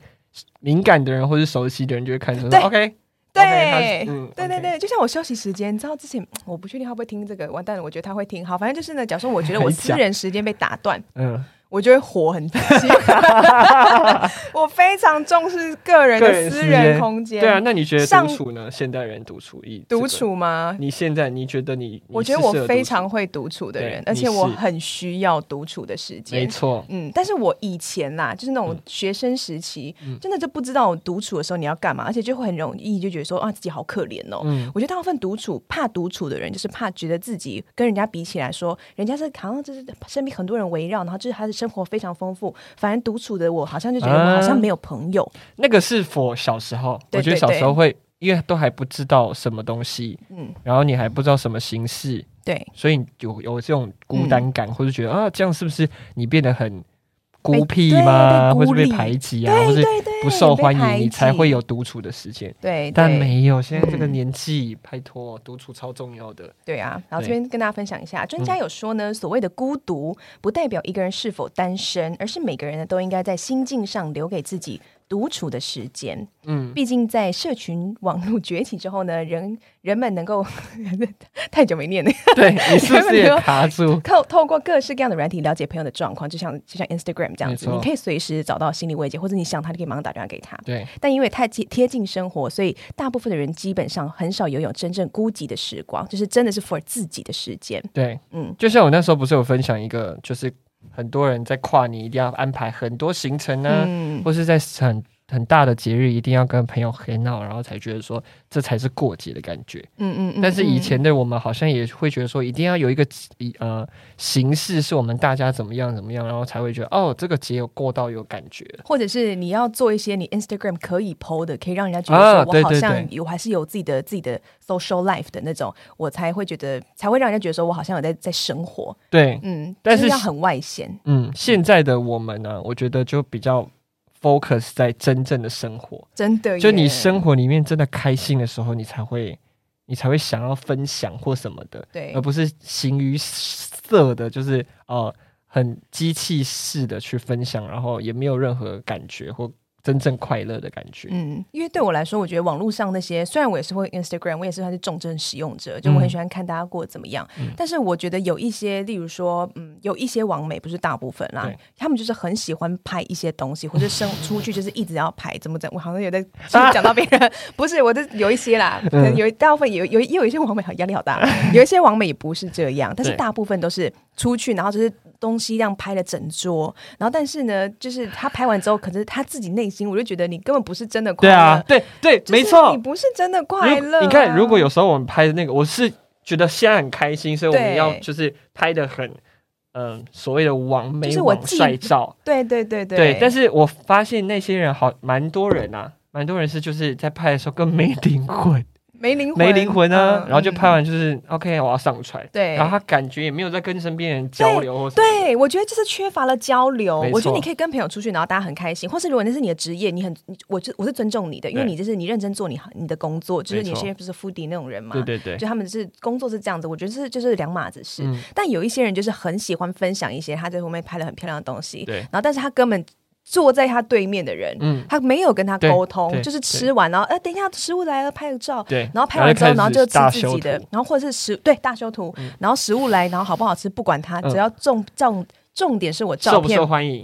[SPEAKER 1] 敏感的人或是熟悉的人就会看出
[SPEAKER 2] 对
[SPEAKER 1] OK，
[SPEAKER 2] 对。
[SPEAKER 1] 嗯，
[SPEAKER 2] 对对
[SPEAKER 1] OK
[SPEAKER 2] 对，就像我休息时间，你知道之前我不确定他会不会听这个，完蛋了，我觉得他会听。好，反正就是呢，假如说我觉得我
[SPEAKER 1] 还
[SPEAKER 2] 私
[SPEAKER 1] 讲
[SPEAKER 2] 人时间被打断，
[SPEAKER 1] 嗯，
[SPEAKER 2] 我就会火很气。 我非常重视个人
[SPEAKER 1] 个
[SPEAKER 2] 的
[SPEAKER 1] 人
[SPEAKER 2] 私
[SPEAKER 1] 时
[SPEAKER 2] 人
[SPEAKER 1] 间
[SPEAKER 2] 空间。
[SPEAKER 1] 对啊，，那你觉得
[SPEAKER 2] 上
[SPEAKER 1] 独处呢？现代人独处一
[SPEAKER 2] 独，处吗
[SPEAKER 1] 这个？你现在你觉得你，你
[SPEAKER 2] 我觉得
[SPEAKER 1] 是
[SPEAKER 2] 我
[SPEAKER 1] 适合
[SPEAKER 2] 非
[SPEAKER 1] 独处
[SPEAKER 2] 常会独处的
[SPEAKER 1] 对
[SPEAKER 2] 人，
[SPEAKER 1] 你
[SPEAKER 2] 而且我
[SPEAKER 1] 是
[SPEAKER 2] 很需要独处的时
[SPEAKER 1] 没
[SPEAKER 2] 间。
[SPEAKER 1] 错，嗯
[SPEAKER 2] 嗯，但是我以前啦，就是那种学生时期，真的就不知道独处的时候你要干嘛，而且就会很容易就觉得说啊自己好可怜哦。
[SPEAKER 1] 嗯
[SPEAKER 2] 我觉得大部分独处怕独处的人，就是怕觉得自己跟人家比起来说，人家是好像就是身边很多人围绕，然后就是他的生活非常丰富，反而独处的我好像就觉得我好
[SPEAKER 1] 啊
[SPEAKER 2] 像没有朋友。
[SPEAKER 1] 那个是否小时候？
[SPEAKER 2] 对
[SPEAKER 1] 我觉得
[SPEAKER 2] 对
[SPEAKER 1] 小时候
[SPEAKER 2] 对
[SPEAKER 1] 会，因为都还不知道什么东西，
[SPEAKER 2] 嗯，
[SPEAKER 1] 然后你还不知道什么形式，
[SPEAKER 2] 对，
[SPEAKER 1] 所以你有有这种孤单感，或者
[SPEAKER 2] 嗯
[SPEAKER 1] 觉得啊，这样是不是你变得很孤僻
[SPEAKER 2] 哎被对
[SPEAKER 1] 吗？
[SPEAKER 2] 被
[SPEAKER 1] 或是被
[SPEAKER 2] 孤立
[SPEAKER 1] 排挤啊，或
[SPEAKER 2] 对
[SPEAKER 1] 是
[SPEAKER 2] 对对，
[SPEAKER 1] 不受欢
[SPEAKER 2] 被排
[SPEAKER 1] 迎，你
[SPEAKER 2] 挤
[SPEAKER 1] 才会有独处的时间。
[SPEAKER 2] 对，
[SPEAKER 1] 但
[SPEAKER 2] 对
[SPEAKER 1] 没有，现在这个
[SPEAKER 2] 嗯
[SPEAKER 1] 年纪，拜托，独处超重要的。
[SPEAKER 2] 对啊，然后这
[SPEAKER 1] 对嗯
[SPEAKER 2] 边跟大家分享一下，专家有说呢，所谓的孤独不代表一个人是否单身，而是每个人呢都应该在心境上留给自己独处的时间。
[SPEAKER 1] 嗯，
[SPEAKER 2] 毕竟在社群网络崛起之后呢，人人们能够 太久没念了，
[SPEAKER 1] 对你是不是也卡住？
[SPEAKER 2] 透透过各式各样的软体了解朋友的状况，就像就像 Instagram 这样子，
[SPEAKER 1] 没错
[SPEAKER 2] 你可以随时找到心理慰藉，或者你想他就可以马上打电话给他。
[SPEAKER 1] 对，
[SPEAKER 2] 但因为太贴贴近生活，所以大部分的人基本上很少拥有真正孤寂的时光，就是真的是 for 自己的时间。
[SPEAKER 1] 对，
[SPEAKER 2] 嗯
[SPEAKER 1] 嗯，就像我那时候不是有分享一个，就是很多人在跨年一定要安排很多行程呢、
[SPEAKER 2] 嗯，
[SPEAKER 1] 或是在很很大的节日一定要跟朋友很闹，然后才觉得说这才是过节的感觉。
[SPEAKER 2] 嗯嗯，
[SPEAKER 1] 但是以
[SPEAKER 2] 嗯
[SPEAKER 1] 前的我们好像也会觉得说，一定要有一个一呃形式是我们大家怎么样怎么样，然后才会觉得哦，这个节有过到有感觉。
[SPEAKER 2] 或者是你要做一些你 Instagram 可以 PO 的，可以让人家觉得
[SPEAKER 1] 啊
[SPEAKER 2] 说我
[SPEAKER 1] 对
[SPEAKER 2] 好
[SPEAKER 1] 对
[SPEAKER 2] 像
[SPEAKER 1] 对
[SPEAKER 2] 有还是有自己的自己的 social life 的那种，我才会觉得才会让人家觉得说我好像有在在生活，
[SPEAKER 1] 对，
[SPEAKER 2] 嗯，
[SPEAKER 1] 但
[SPEAKER 2] 就是要很外显，
[SPEAKER 1] 嗯，现在的我们呢、我觉得就比较 focus 在真正的生活，
[SPEAKER 2] 真哦的耶，
[SPEAKER 1] 就你生活里面真的开心的时候，你才会你才会想要分享或什么的，
[SPEAKER 2] 对
[SPEAKER 1] 而不是形于色的，就是呃很机器式的去分享，然后也没有任何感觉或真正快乐的感觉。
[SPEAKER 2] 嗯，因为对我来说，我觉得网络上那些，虽然我也是会 Instagram，我也是算是重症使用
[SPEAKER 1] 嗯
[SPEAKER 2] 者，就我很喜欢看大家过得怎么样。但是我觉得有一些，例如说，嗯，有一些网美不是大部分啦
[SPEAKER 1] 对，
[SPEAKER 2] 他们就是很喜欢拍一些东西，或者生出去就是一直要拍，怎么怎么，我好像有在就是讲到别 人，不是我的有一
[SPEAKER 1] 嗯
[SPEAKER 2] 些啦，可能有一大部分有有也有一些网美好压力好 大，有一些网美也不是这样，但是
[SPEAKER 1] 对
[SPEAKER 2] 大部分都是出去，然后就是东西让拍了整桌，然后但是呢，就是他拍完之后，可是他自己内心，我就觉得你根本不是真的快
[SPEAKER 1] 对
[SPEAKER 2] 乐，
[SPEAKER 1] 啊，对对，
[SPEAKER 2] 就是
[SPEAKER 1] 没错
[SPEAKER 2] 你。不是真的快
[SPEAKER 1] 如
[SPEAKER 2] 乐啊、
[SPEAKER 1] 你看，如果有时候我们拍的那个，我是觉得现在很开心，所以我们
[SPEAKER 2] 对
[SPEAKER 1] 要就是拍的很，嗯、所谓的网
[SPEAKER 2] 就
[SPEAKER 1] 美
[SPEAKER 2] 是我
[SPEAKER 1] 网
[SPEAKER 2] 记
[SPEAKER 1] 帅照，
[SPEAKER 2] 对对对对
[SPEAKER 1] 但
[SPEAKER 2] 是
[SPEAKER 1] 是我发现那些人好，蛮多人啊，蛮多人是就是在拍的时候更没灵魂，
[SPEAKER 2] 没灵魂，
[SPEAKER 1] 没灵魂啊，
[SPEAKER 2] 嗯
[SPEAKER 1] 然后就拍完就是 OK，我要上船。
[SPEAKER 2] 对
[SPEAKER 1] 然后他感觉也没有在跟身边人交流或什么。
[SPEAKER 2] 对，我觉得就是缺乏了交流
[SPEAKER 1] 没。错
[SPEAKER 2] 我觉得你可以跟朋友出去，然后大家很开心，或是如果那是你的职业，你很，你我就我是尊重你的，因为
[SPEAKER 1] 对
[SPEAKER 2] 你就是你认真做你你的工作，就是
[SPEAKER 1] 没
[SPEAKER 2] 你
[SPEAKER 1] 错
[SPEAKER 2] 现在不是 f o o d 那种人嘛，
[SPEAKER 1] 对对
[SPEAKER 2] 就他们是工作是这样子，我觉得是就是两码子事。
[SPEAKER 1] 嗯
[SPEAKER 2] 但有一些人就是很喜欢分享一些他在后面拍的很漂亮的东西，
[SPEAKER 1] 对
[SPEAKER 2] 然后但是他根本坐在他对面的人，
[SPEAKER 1] 嗯，
[SPEAKER 2] 他没有跟他
[SPEAKER 1] 对
[SPEAKER 2] 沟通，
[SPEAKER 1] 对
[SPEAKER 2] 就是
[SPEAKER 1] 对
[SPEAKER 2] 吃完然后哎、等一下食物来了拍个照，
[SPEAKER 1] 对。
[SPEAKER 2] 然后拍完之后，然后就吃
[SPEAKER 1] 大
[SPEAKER 2] 自己
[SPEAKER 1] 修
[SPEAKER 2] 的
[SPEAKER 1] 图，
[SPEAKER 2] 然后或者是食对大修图，然后食物来，然后好不好吃不管它，
[SPEAKER 1] 嗯
[SPEAKER 2] 只要重重重点是我照
[SPEAKER 1] 受不
[SPEAKER 2] 片
[SPEAKER 1] 受欢迎？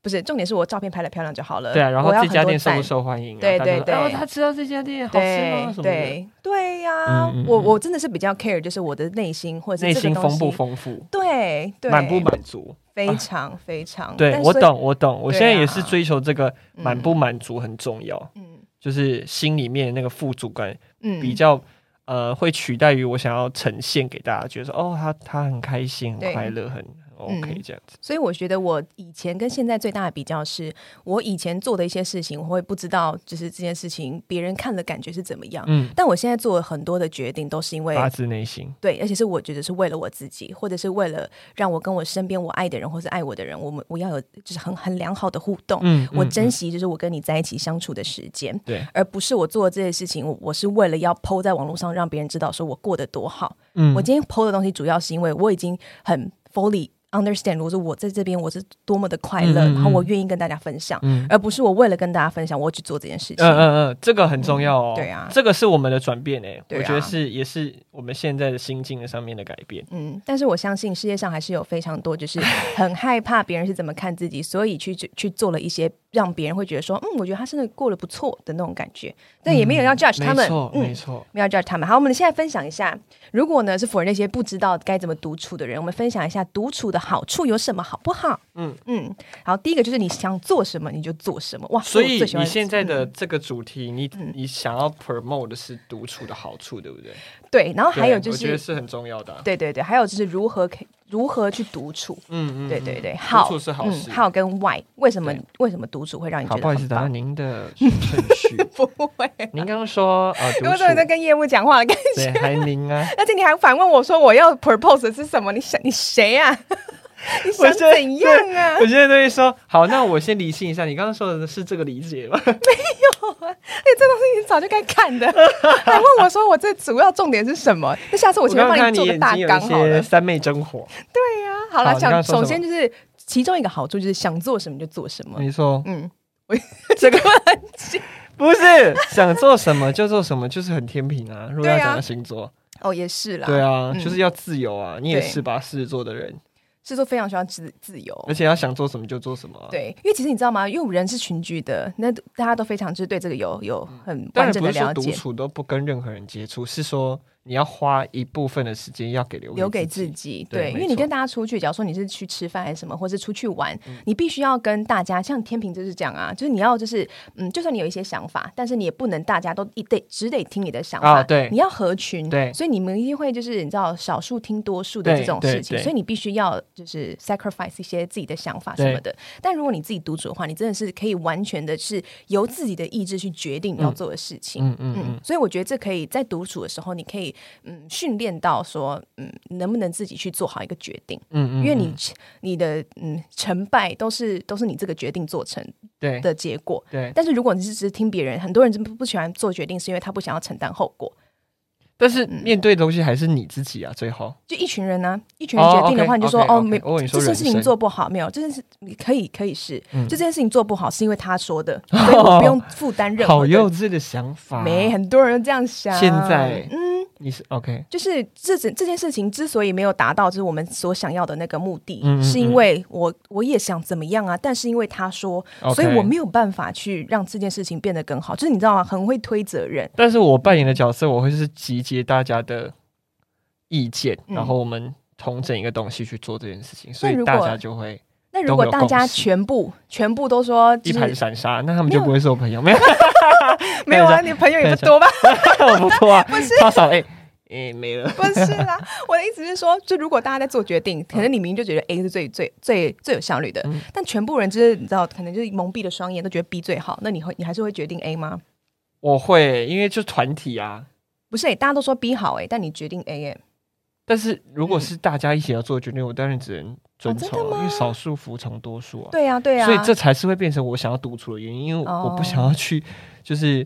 [SPEAKER 2] 不是重点是我照片拍的漂亮就好了。
[SPEAKER 1] 对啊，然后
[SPEAKER 2] 呃我要
[SPEAKER 1] 这家
[SPEAKER 2] 很多
[SPEAKER 1] 店受不
[SPEAKER 2] 赞
[SPEAKER 1] 受欢迎啊？
[SPEAKER 2] 对
[SPEAKER 1] 大家
[SPEAKER 2] 对
[SPEAKER 1] 说哎
[SPEAKER 2] 对
[SPEAKER 1] 呦他知道这家店好吃吗？
[SPEAKER 2] 对
[SPEAKER 1] 什么的，
[SPEAKER 2] 对对呀、
[SPEAKER 1] 嗯嗯嗯
[SPEAKER 2] 我我真的是比较 care，就是我的内心或者
[SPEAKER 1] 内
[SPEAKER 2] 是这
[SPEAKER 1] 心
[SPEAKER 2] 个东
[SPEAKER 1] 丰
[SPEAKER 2] 西
[SPEAKER 1] 不丰富，
[SPEAKER 2] 对对
[SPEAKER 1] 满不满足？
[SPEAKER 2] 非常非常、
[SPEAKER 1] 啊对
[SPEAKER 2] 但
[SPEAKER 1] 我
[SPEAKER 2] 所以，
[SPEAKER 1] 懂，我懂，我
[SPEAKER 2] 对
[SPEAKER 1] 现在也
[SPEAKER 2] 啊
[SPEAKER 1] 是追求这个
[SPEAKER 2] 嗯
[SPEAKER 1] 满不满足很重要，
[SPEAKER 2] 嗯
[SPEAKER 1] 就是心里面那个富足感
[SPEAKER 2] 嗯
[SPEAKER 1] 比较呃会取代于我想要呈现给大家，觉得说哦，他他很开心，很
[SPEAKER 2] 对
[SPEAKER 1] 快乐，很很 OK
[SPEAKER 2] 嗯
[SPEAKER 1] 这样子。
[SPEAKER 2] 所以我觉得我以前跟现在最大的比较是，我以前做的一些事情，我会不知道就是这件事情别人看了感觉是怎么样。
[SPEAKER 1] 嗯，啊
[SPEAKER 2] 但我现在做了很多的决定，都是因为
[SPEAKER 1] 发自内心。
[SPEAKER 2] 对，而且是我觉得是为了我自己，或者是为了让我跟我身边我爱的人或是爱我的人，我们我要有就是很很良好的互动。
[SPEAKER 1] 嗯，
[SPEAKER 2] 我
[SPEAKER 1] 嗯
[SPEAKER 2] 珍
[SPEAKER 1] 嗯
[SPEAKER 2] 惜就是我跟你在一起相处的时间，
[SPEAKER 1] 对，
[SPEAKER 2] 而不是我做这些事情，我我是为了要抛在网络上让别人知道说我过得多好。
[SPEAKER 1] 嗯
[SPEAKER 2] 我今天抛的东西主要是因为我已经很 fully understand，我说我在这边我是多么的快乐，
[SPEAKER 1] 嗯嗯嗯
[SPEAKER 2] 然后我愿意跟大家分享，
[SPEAKER 1] 嗯
[SPEAKER 2] 而不是我为了跟大家分享我去做这件事情。
[SPEAKER 1] 嗯嗯嗯，这个很重要哦。
[SPEAKER 2] 嗯对啊
[SPEAKER 1] 这个是我们的转变诶，
[SPEAKER 2] 对
[SPEAKER 1] 我
[SPEAKER 2] 啊
[SPEAKER 1] 觉得是也是我们现在的心境上面的改变。
[SPEAKER 2] 嗯，但是我相信世界上还是有非常多，就是很害怕别人是怎么看自己，所以去去去做了一些让别人会觉得说，嗯，我觉得他真的过得不错的那种感觉，但也没有要 judge 他们
[SPEAKER 1] 嗯没，错，没
[SPEAKER 2] 嗯，
[SPEAKER 1] 错。
[SPEAKER 2] 没有要 judge 他们。好，我们现在分享一下，如果呢是 for 那些不知道该怎么独处的人，我们分享一下独处的好处有什么，好不好？
[SPEAKER 1] 嗯
[SPEAKER 2] 嗯，好，第一个就是你想做什么你就做什么，哇，
[SPEAKER 1] 所
[SPEAKER 2] 这
[SPEAKER 1] 以
[SPEAKER 2] 是我最喜欢
[SPEAKER 1] 你现在的
[SPEAKER 2] 嗯
[SPEAKER 1] 这个主题，你
[SPEAKER 2] 嗯
[SPEAKER 1] 你想要 promote 的是独处的好处，对不对？
[SPEAKER 2] 对，然后还有
[SPEAKER 1] 对
[SPEAKER 2] 就
[SPEAKER 1] 我觉得
[SPEAKER 2] 是，
[SPEAKER 1] 是很重要的啊。
[SPEAKER 2] 对对对，还有就是如何可以如何去独处。
[SPEAKER 1] 嗯嗯，
[SPEAKER 2] 对对对，
[SPEAKER 1] 好
[SPEAKER 2] 好，
[SPEAKER 1] 处是好事。
[SPEAKER 2] 嗯，好跟 why，为什么
[SPEAKER 1] 对
[SPEAKER 2] 为什么独处会让你觉
[SPEAKER 1] 好，
[SPEAKER 2] 得
[SPEAKER 1] 不好意思，
[SPEAKER 2] 很
[SPEAKER 1] 打
[SPEAKER 2] 棒
[SPEAKER 1] 断您的顺 序。
[SPEAKER 2] 不会，
[SPEAKER 1] 您刚刚说呃，独
[SPEAKER 2] 因为在
[SPEAKER 1] 处
[SPEAKER 2] 跟业务讲话，跟
[SPEAKER 1] 对，还您啊，
[SPEAKER 2] 而且你还反问我说我要 propose 的是什么？你想你谁啊？ 你
[SPEAKER 1] 我
[SPEAKER 2] 想
[SPEAKER 1] 现在
[SPEAKER 2] 怎样啊？
[SPEAKER 1] 我现在都会说，好，那我先理清一下，你刚刚说的是这个理解吗？
[SPEAKER 2] 哎，这东西你 早就该看的，还问我说我这主要重点是什么？那下次我
[SPEAKER 1] 我
[SPEAKER 2] 前面
[SPEAKER 1] 刚刚
[SPEAKER 2] 帮
[SPEAKER 1] 看
[SPEAKER 2] 你
[SPEAKER 1] 你
[SPEAKER 2] 做
[SPEAKER 1] 眼
[SPEAKER 2] 个大
[SPEAKER 1] 睛有一
[SPEAKER 2] 纲好
[SPEAKER 1] 些。
[SPEAKER 2] 了
[SPEAKER 1] 三昧真火，
[SPEAKER 2] 对呀、好
[SPEAKER 1] 好
[SPEAKER 2] 了，
[SPEAKER 1] 你刚
[SPEAKER 2] 想
[SPEAKER 1] 刚说
[SPEAKER 2] 首
[SPEAKER 1] 什
[SPEAKER 2] 先
[SPEAKER 1] 么
[SPEAKER 2] 就是其中一个好处就是想做什么就做什么。
[SPEAKER 1] 没错，
[SPEAKER 2] 嗯，
[SPEAKER 1] 这个不是想做什么就做什么，就是很天平啊。如果要
[SPEAKER 2] 对啊
[SPEAKER 1] 讲到星座，
[SPEAKER 2] 哦，也是啦，
[SPEAKER 1] 对啊，
[SPEAKER 2] 嗯
[SPEAKER 1] 就是要自由啊，你也
[SPEAKER 2] 对
[SPEAKER 1] 是吧，狮子座的人，
[SPEAKER 2] 是说非常喜欢自自由。
[SPEAKER 1] 而且要想做什么就做什么啊。
[SPEAKER 2] 对，因为其实你知道吗？因为我们人是群居的，那大家都非常就是对这个有有很
[SPEAKER 1] 嗯当
[SPEAKER 2] 完
[SPEAKER 1] 然
[SPEAKER 2] 整
[SPEAKER 1] 不
[SPEAKER 2] 的
[SPEAKER 1] 是说
[SPEAKER 2] 了
[SPEAKER 1] 独
[SPEAKER 2] 解，
[SPEAKER 1] 处都不跟任何人接触，是说你要花一部分的时间要给留
[SPEAKER 2] 留给自
[SPEAKER 1] 自。
[SPEAKER 2] 己。
[SPEAKER 1] 对
[SPEAKER 2] 对，
[SPEAKER 1] 没
[SPEAKER 2] 因为你
[SPEAKER 1] 错嗯
[SPEAKER 2] 跟大家出去，假如说你是去吃饭还是什么，或是出去玩，你必须要跟大家，像天平就是这样啊，就是你要就是嗯，就算你有一些想法，但是你也不能大家都一得只得听你的想法，
[SPEAKER 1] 啊对
[SPEAKER 2] 你要合群，
[SPEAKER 1] 对
[SPEAKER 2] 所以你们一定会就是你知道少数听多数的
[SPEAKER 1] 对
[SPEAKER 2] 这种
[SPEAKER 1] 对
[SPEAKER 2] 事情，
[SPEAKER 1] 对
[SPEAKER 2] 所以你必须要就是 sacrifice 一些自己的想法什么的。但如果你自己独处的话，你真的是可以完全的是由自己的意志去决定你要做的事情。
[SPEAKER 1] 嗯嗯嗯
[SPEAKER 2] 嗯，，所以我觉得这可以在独处的时候，你可以嗯训练到说，嗯，能不能自己去做好一个决定，
[SPEAKER 1] 嗯嗯，
[SPEAKER 2] 因为你你的嗯成败都是都是你这个决定做成
[SPEAKER 1] 对
[SPEAKER 2] 的结果。
[SPEAKER 1] 对，
[SPEAKER 2] 但是如果你是只是听别人，很多人真不不喜欢做决定，是因为他不想要承担后果。
[SPEAKER 1] 但是
[SPEAKER 2] 嗯
[SPEAKER 1] 面对的东西还是你自己啊，最后
[SPEAKER 2] 就一群人呢、啊一群人决定的话，
[SPEAKER 1] 哦，OK，
[SPEAKER 2] 你就说
[SPEAKER 1] OK，
[SPEAKER 2] 哦
[SPEAKER 1] OK，
[SPEAKER 2] 没，
[SPEAKER 1] 我以为你说
[SPEAKER 2] 这件
[SPEAKER 1] 人
[SPEAKER 2] 事情
[SPEAKER 1] 生
[SPEAKER 2] 做不好，没有这件事你可以可以是，
[SPEAKER 1] 嗯
[SPEAKER 2] 就这件事情做不好是因为他 说的，所以我不用负担任何
[SPEAKER 1] 好幼
[SPEAKER 2] 的。
[SPEAKER 1] 稚的想法，
[SPEAKER 2] 没很多人都这样想，
[SPEAKER 1] 现在
[SPEAKER 2] 嗯。
[SPEAKER 1] 你是 OK，
[SPEAKER 2] 就是这整这件事情之所以没有达到，就是我们所想要的那个目的，
[SPEAKER 1] 嗯嗯嗯
[SPEAKER 2] 是因为我我也想怎么样啊，但是因为他说
[SPEAKER 1] OK
[SPEAKER 2] 所以我没有办法去让这件事情变得更好。就是你知道吗？很会推责任，
[SPEAKER 1] 但是我扮演的角色，我会是集结大家的意见，
[SPEAKER 2] 嗯
[SPEAKER 1] 然后我们统整一个东西去做这件事情，所
[SPEAKER 2] 那
[SPEAKER 1] 以
[SPEAKER 2] 如
[SPEAKER 1] 大
[SPEAKER 2] 果
[SPEAKER 1] 家就会
[SPEAKER 2] 那如果
[SPEAKER 1] 都没有
[SPEAKER 2] 大家
[SPEAKER 1] 共识
[SPEAKER 2] 全部全部都说、
[SPEAKER 1] 一
[SPEAKER 2] 就是
[SPEAKER 1] 盘散沙，那他们就
[SPEAKER 2] 没有
[SPEAKER 1] 不会是我朋友，没有，
[SPEAKER 2] 没有啊，你朋友也不多吧？
[SPEAKER 1] 我不 错啊，超少哎哎没了，
[SPEAKER 2] 不是啦，我的意思是说，就如果大家在做决定，可能你明明就觉得 A 是最最最最有效率的，
[SPEAKER 1] 嗯
[SPEAKER 2] 但全部人就是你知道，可能就是蒙蔽了双眼，都觉得 B 最好，那你会你还是会决定 A 吗？
[SPEAKER 1] 我会因为就团体啊，
[SPEAKER 2] 不是、欸，大家都说 B 好哎、但你决定 A 哎、
[SPEAKER 1] 但是如果是大家一起要做决定，我当然只能遵从、
[SPEAKER 2] 嗯哦真的
[SPEAKER 1] 啊，
[SPEAKER 2] 吗
[SPEAKER 1] 因为少数服从多数啊。
[SPEAKER 2] 对啊，对啊，哦
[SPEAKER 1] 所以这才是会变成我想要独处的原因，因为我我不想要去就是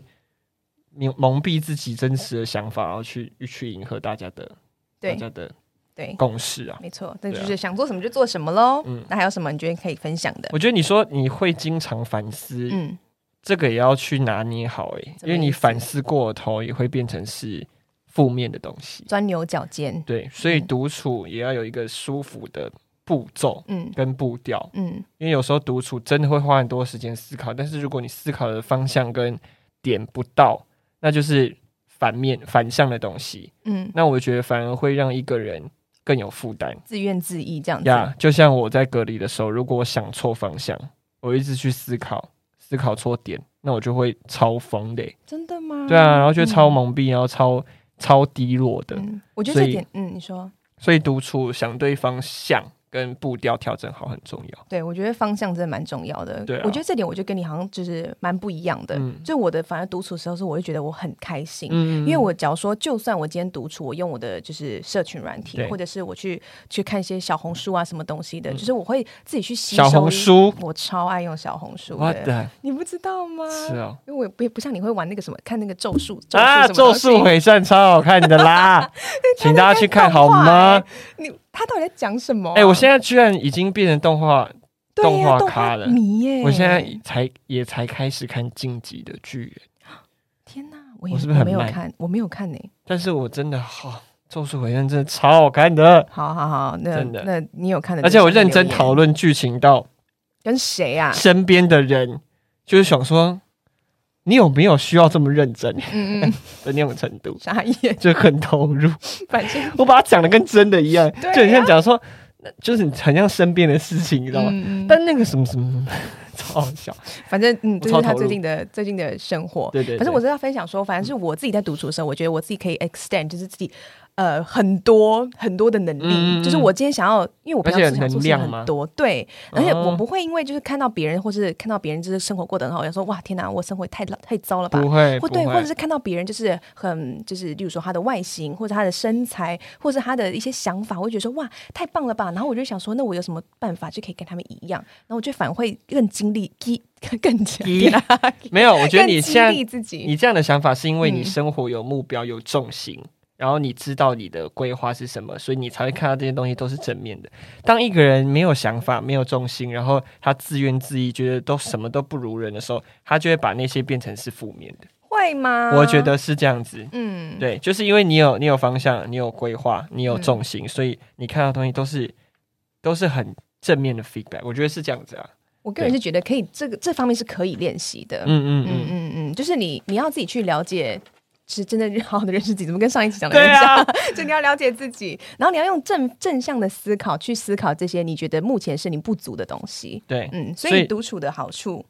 [SPEAKER 1] 蒙蒙蔽自己真实的想法，然后去去迎合大家的大
[SPEAKER 2] 对
[SPEAKER 1] 家的
[SPEAKER 2] 对，
[SPEAKER 1] 共识啊。
[SPEAKER 2] 没错，那
[SPEAKER 1] 对啊
[SPEAKER 2] 就是想做什么就做什么喽。
[SPEAKER 1] 嗯
[SPEAKER 2] 那还有什么你觉得可以分享的？
[SPEAKER 1] 我觉得你说你会经常反思，
[SPEAKER 2] 嗯，
[SPEAKER 1] 这
[SPEAKER 2] 这
[SPEAKER 1] 个也要去拿捏好诶、
[SPEAKER 2] 什么意思
[SPEAKER 1] 因为你反思过头也会变成是负面的东西。
[SPEAKER 2] 钻牛角尖。
[SPEAKER 1] 对，所以
[SPEAKER 2] 嗯
[SPEAKER 1] 独处也要有一个舒服的步骤
[SPEAKER 2] 嗯
[SPEAKER 1] 跟步调，
[SPEAKER 2] 嗯，
[SPEAKER 1] 因为有时候独处真的会花很多时间思考，但是如果你思考的方向跟点不到，那就是反面反向的东西。
[SPEAKER 2] 嗯，
[SPEAKER 1] 那我觉得反而会让一个人更有负担
[SPEAKER 2] 自怨自艾这样子。
[SPEAKER 1] 呀。就像我在隔离的时候，如果我想错方向，我一直去思考，思考错点，那我就会超疯的欸、
[SPEAKER 2] 真的吗？
[SPEAKER 1] 对啊，然后就超
[SPEAKER 2] 猛
[SPEAKER 1] 蒙蔽，然后超超低落的。
[SPEAKER 2] 嗯，我觉得这
[SPEAKER 1] 所以
[SPEAKER 2] 点，嗯，你说，
[SPEAKER 1] 所以独处想对方向跟步调调整好很重要。
[SPEAKER 2] 对我觉得方向真的蛮重要的。
[SPEAKER 1] 对啊
[SPEAKER 2] 我觉得这点我就跟你好像就是蛮不一样的。
[SPEAKER 1] 嗯
[SPEAKER 2] 就我的反而独处的时候是，我会觉得我很开心。
[SPEAKER 1] 嗯
[SPEAKER 2] 因为我假如说，就算我今天独处，我用我的就是社群软体，
[SPEAKER 1] 对嗯
[SPEAKER 2] 或者是我去去看一些小红书啊什么东西的，就是我会自己去吸收。
[SPEAKER 1] 小红，书，
[SPEAKER 2] 我超爱用小红书
[SPEAKER 1] 我
[SPEAKER 2] 的，
[SPEAKER 1] 的
[SPEAKER 2] 你不知道吗？
[SPEAKER 1] 是哦。
[SPEAKER 2] 因为我也不不像你会玩那个什么，看那个咒术
[SPEAKER 1] 啊，《咒
[SPEAKER 2] 咒术啊什
[SPEAKER 1] 术
[SPEAKER 2] 么东西
[SPEAKER 1] 回战》超好看的 啦，请大家去看好
[SPEAKER 2] 动画
[SPEAKER 1] 吗
[SPEAKER 2] 欸？你他到底在讲什么啊？
[SPEAKER 1] 哎、我现在居然已经变成动画，
[SPEAKER 2] 对
[SPEAKER 1] 动
[SPEAKER 2] 呀
[SPEAKER 1] 画
[SPEAKER 2] 动
[SPEAKER 1] 咖了
[SPEAKER 2] 迷耶！
[SPEAKER 1] 我现在才也才开始看《晋级的巨人》，
[SPEAKER 2] 天哪，我也
[SPEAKER 1] 我是不是很
[SPEAKER 2] 没有
[SPEAKER 1] 慢
[SPEAKER 2] 看，我没有看呢、
[SPEAKER 1] 但是我真的好，咒术回战》真的超好看的，
[SPEAKER 2] 好好好，那
[SPEAKER 1] 真的
[SPEAKER 2] 那你有看的？
[SPEAKER 1] 而且我认真讨论剧情到
[SPEAKER 2] 跟谁啊？
[SPEAKER 1] 身边的人，就是想说，你有没有需要这么认真
[SPEAKER 2] 嗯嗯，
[SPEAKER 1] 的那种程度，
[SPEAKER 2] 傻眼，
[SPEAKER 1] 就很投入。
[SPEAKER 2] 反正
[SPEAKER 1] 我把它讲的跟真的一样，
[SPEAKER 2] 对啊
[SPEAKER 1] 就很像讲说，那就是很像身边的事情，你知道吗？
[SPEAKER 2] 嗯嗯
[SPEAKER 1] 但那个什么什么，超好笑。
[SPEAKER 2] 反正嗯，
[SPEAKER 1] 我
[SPEAKER 2] 这
[SPEAKER 1] 超
[SPEAKER 2] 是他
[SPEAKER 1] 投
[SPEAKER 2] 最
[SPEAKER 1] 入
[SPEAKER 2] 近的最近的生活。
[SPEAKER 1] 对对对
[SPEAKER 2] 反正我是要分享说，反正是我自己在独处的时候，我觉得我自己可以 extend，就是自己呃很多很多的能力，
[SPEAKER 1] 嗯嗯嗯
[SPEAKER 2] 就是我今天想要，因为我平常
[SPEAKER 1] 而且
[SPEAKER 2] 事情
[SPEAKER 1] 能
[SPEAKER 2] 做事
[SPEAKER 1] 量
[SPEAKER 2] 很
[SPEAKER 1] 吗
[SPEAKER 2] 多，对，而且我
[SPEAKER 1] 哦
[SPEAKER 2] 不会因为就是看到别人或是看到别人就是生活过得很好，我想说哇天哪，我生活也太烂太糟了吧，
[SPEAKER 1] 不会，
[SPEAKER 2] 或
[SPEAKER 1] 不
[SPEAKER 2] 对，
[SPEAKER 1] 会
[SPEAKER 2] 或者是看到别人就是很就是，例如说他的外形，或者他的身材，或者他的一些想法，我会觉得说哇，太棒了吧！然后我就想说，那我有什么办法就可以跟他们一样？然后我就反会更经历，激更强，
[SPEAKER 1] 激 没有。我觉得你
[SPEAKER 2] 更
[SPEAKER 1] 现
[SPEAKER 2] 激
[SPEAKER 1] 在
[SPEAKER 2] 励自己。
[SPEAKER 1] 你这样的想法，是因为你
[SPEAKER 2] 嗯
[SPEAKER 1] 生活有目标、有重心，然后你知道你的规划是什么，所以你才会看到这些东西都是正面的。当一个人没有想法、没有重心，然后他自怨自艾，觉得都什么都不如人的时候，他就会把那些变成是负面的。
[SPEAKER 2] 会吗？
[SPEAKER 1] 我觉，得是这样子。
[SPEAKER 2] 嗯，
[SPEAKER 1] 对，就是因为你有你有方向，你有规划，你有重心，所以你看到的东西都是都是很正面的 feedback。我觉得是这样子啊。
[SPEAKER 2] 我个人是觉得可以，这个这方面是可以练习的。
[SPEAKER 1] 嗯嗯
[SPEAKER 2] 嗯
[SPEAKER 1] 嗯，
[SPEAKER 2] 嗯嗯，就是你你要自己去了解，是真的好好的认识自己，怎么跟上一期讲的
[SPEAKER 1] 对
[SPEAKER 2] 很像？
[SPEAKER 1] 啊，
[SPEAKER 2] 就你要了解自己，然后你要用正正向的思考去思考这些你觉得目前是你不足的东西。
[SPEAKER 1] 对。
[SPEAKER 2] 嗯，所
[SPEAKER 1] 所
[SPEAKER 2] 以
[SPEAKER 1] 以
[SPEAKER 2] 独处的好处，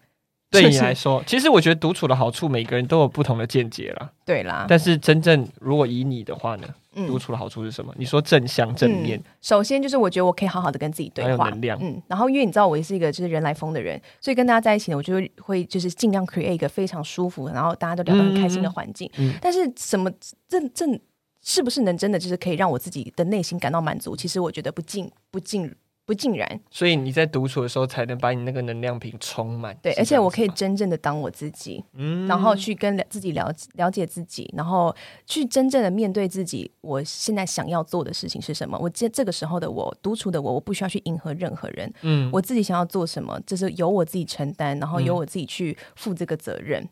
[SPEAKER 1] 对
[SPEAKER 2] 就
[SPEAKER 1] 你
[SPEAKER 2] 是
[SPEAKER 1] 来说，其实我觉得独处的好处，每个人都有不同的见解啦。
[SPEAKER 2] 对啦，
[SPEAKER 1] 但是真正如果以你的话呢，独
[SPEAKER 2] 嗯，
[SPEAKER 1] 处的好处是什么？你说正向、正面，
[SPEAKER 2] 首先就是我觉得我可以好好的跟自己对
[SPEAKER 1] 还
[SPEAKER 2] 话
[SPEAKER 1] 有能量，
[SPEAKER 2] 嗯，然后因为你知道我也是一个就是人来疯的人，所以跟大家在一起呢，我就会会就是尽量 create 一个非常舒服，然后大家都聊得很开心的环境。
[SPEAKER 1] 嗯嗯
[SPEAKER 2] 但是什么正正是不是能真的就是可以让我自己的内心感到满
[SPEAKER 1] 嗯
[SPEAKER 2] 足？其实我觉得不尽不尽不尽然。
[SPEAKER 1] 所以你在独处的时候才能把你那个能量瓶充满。
[SPEAKER 2] 对，
[SPEAKER 1] 是
[SPEAKER 2] 而
[SPEAKER 1] 这
[SPEAKER 2] 且
[SPEAKER 1] 样
[SPEAKER 2] 我
[SPEAKER 1] 子
[SPEAKER 2] 可以
[SPEAKER 1] 吗，
[SPEAKER 2] 真正的当我自己，
[SPEAKER 1] 嗯
[SPEAKER 2] 然后去跟了自己了了解自己，然后去真正的面对自己，我现在想要做的事情是什么？我这这个时候的我，独处的我，我不需要去迎合任何人，
[SPEAKER 1] 嗯，
[SPEAKER 2] 我自己想要做什么，就是由我自己承担，然后
[SPEAKER 1] 嗯
[SPEAKER 2] 由我自己去负这个责任。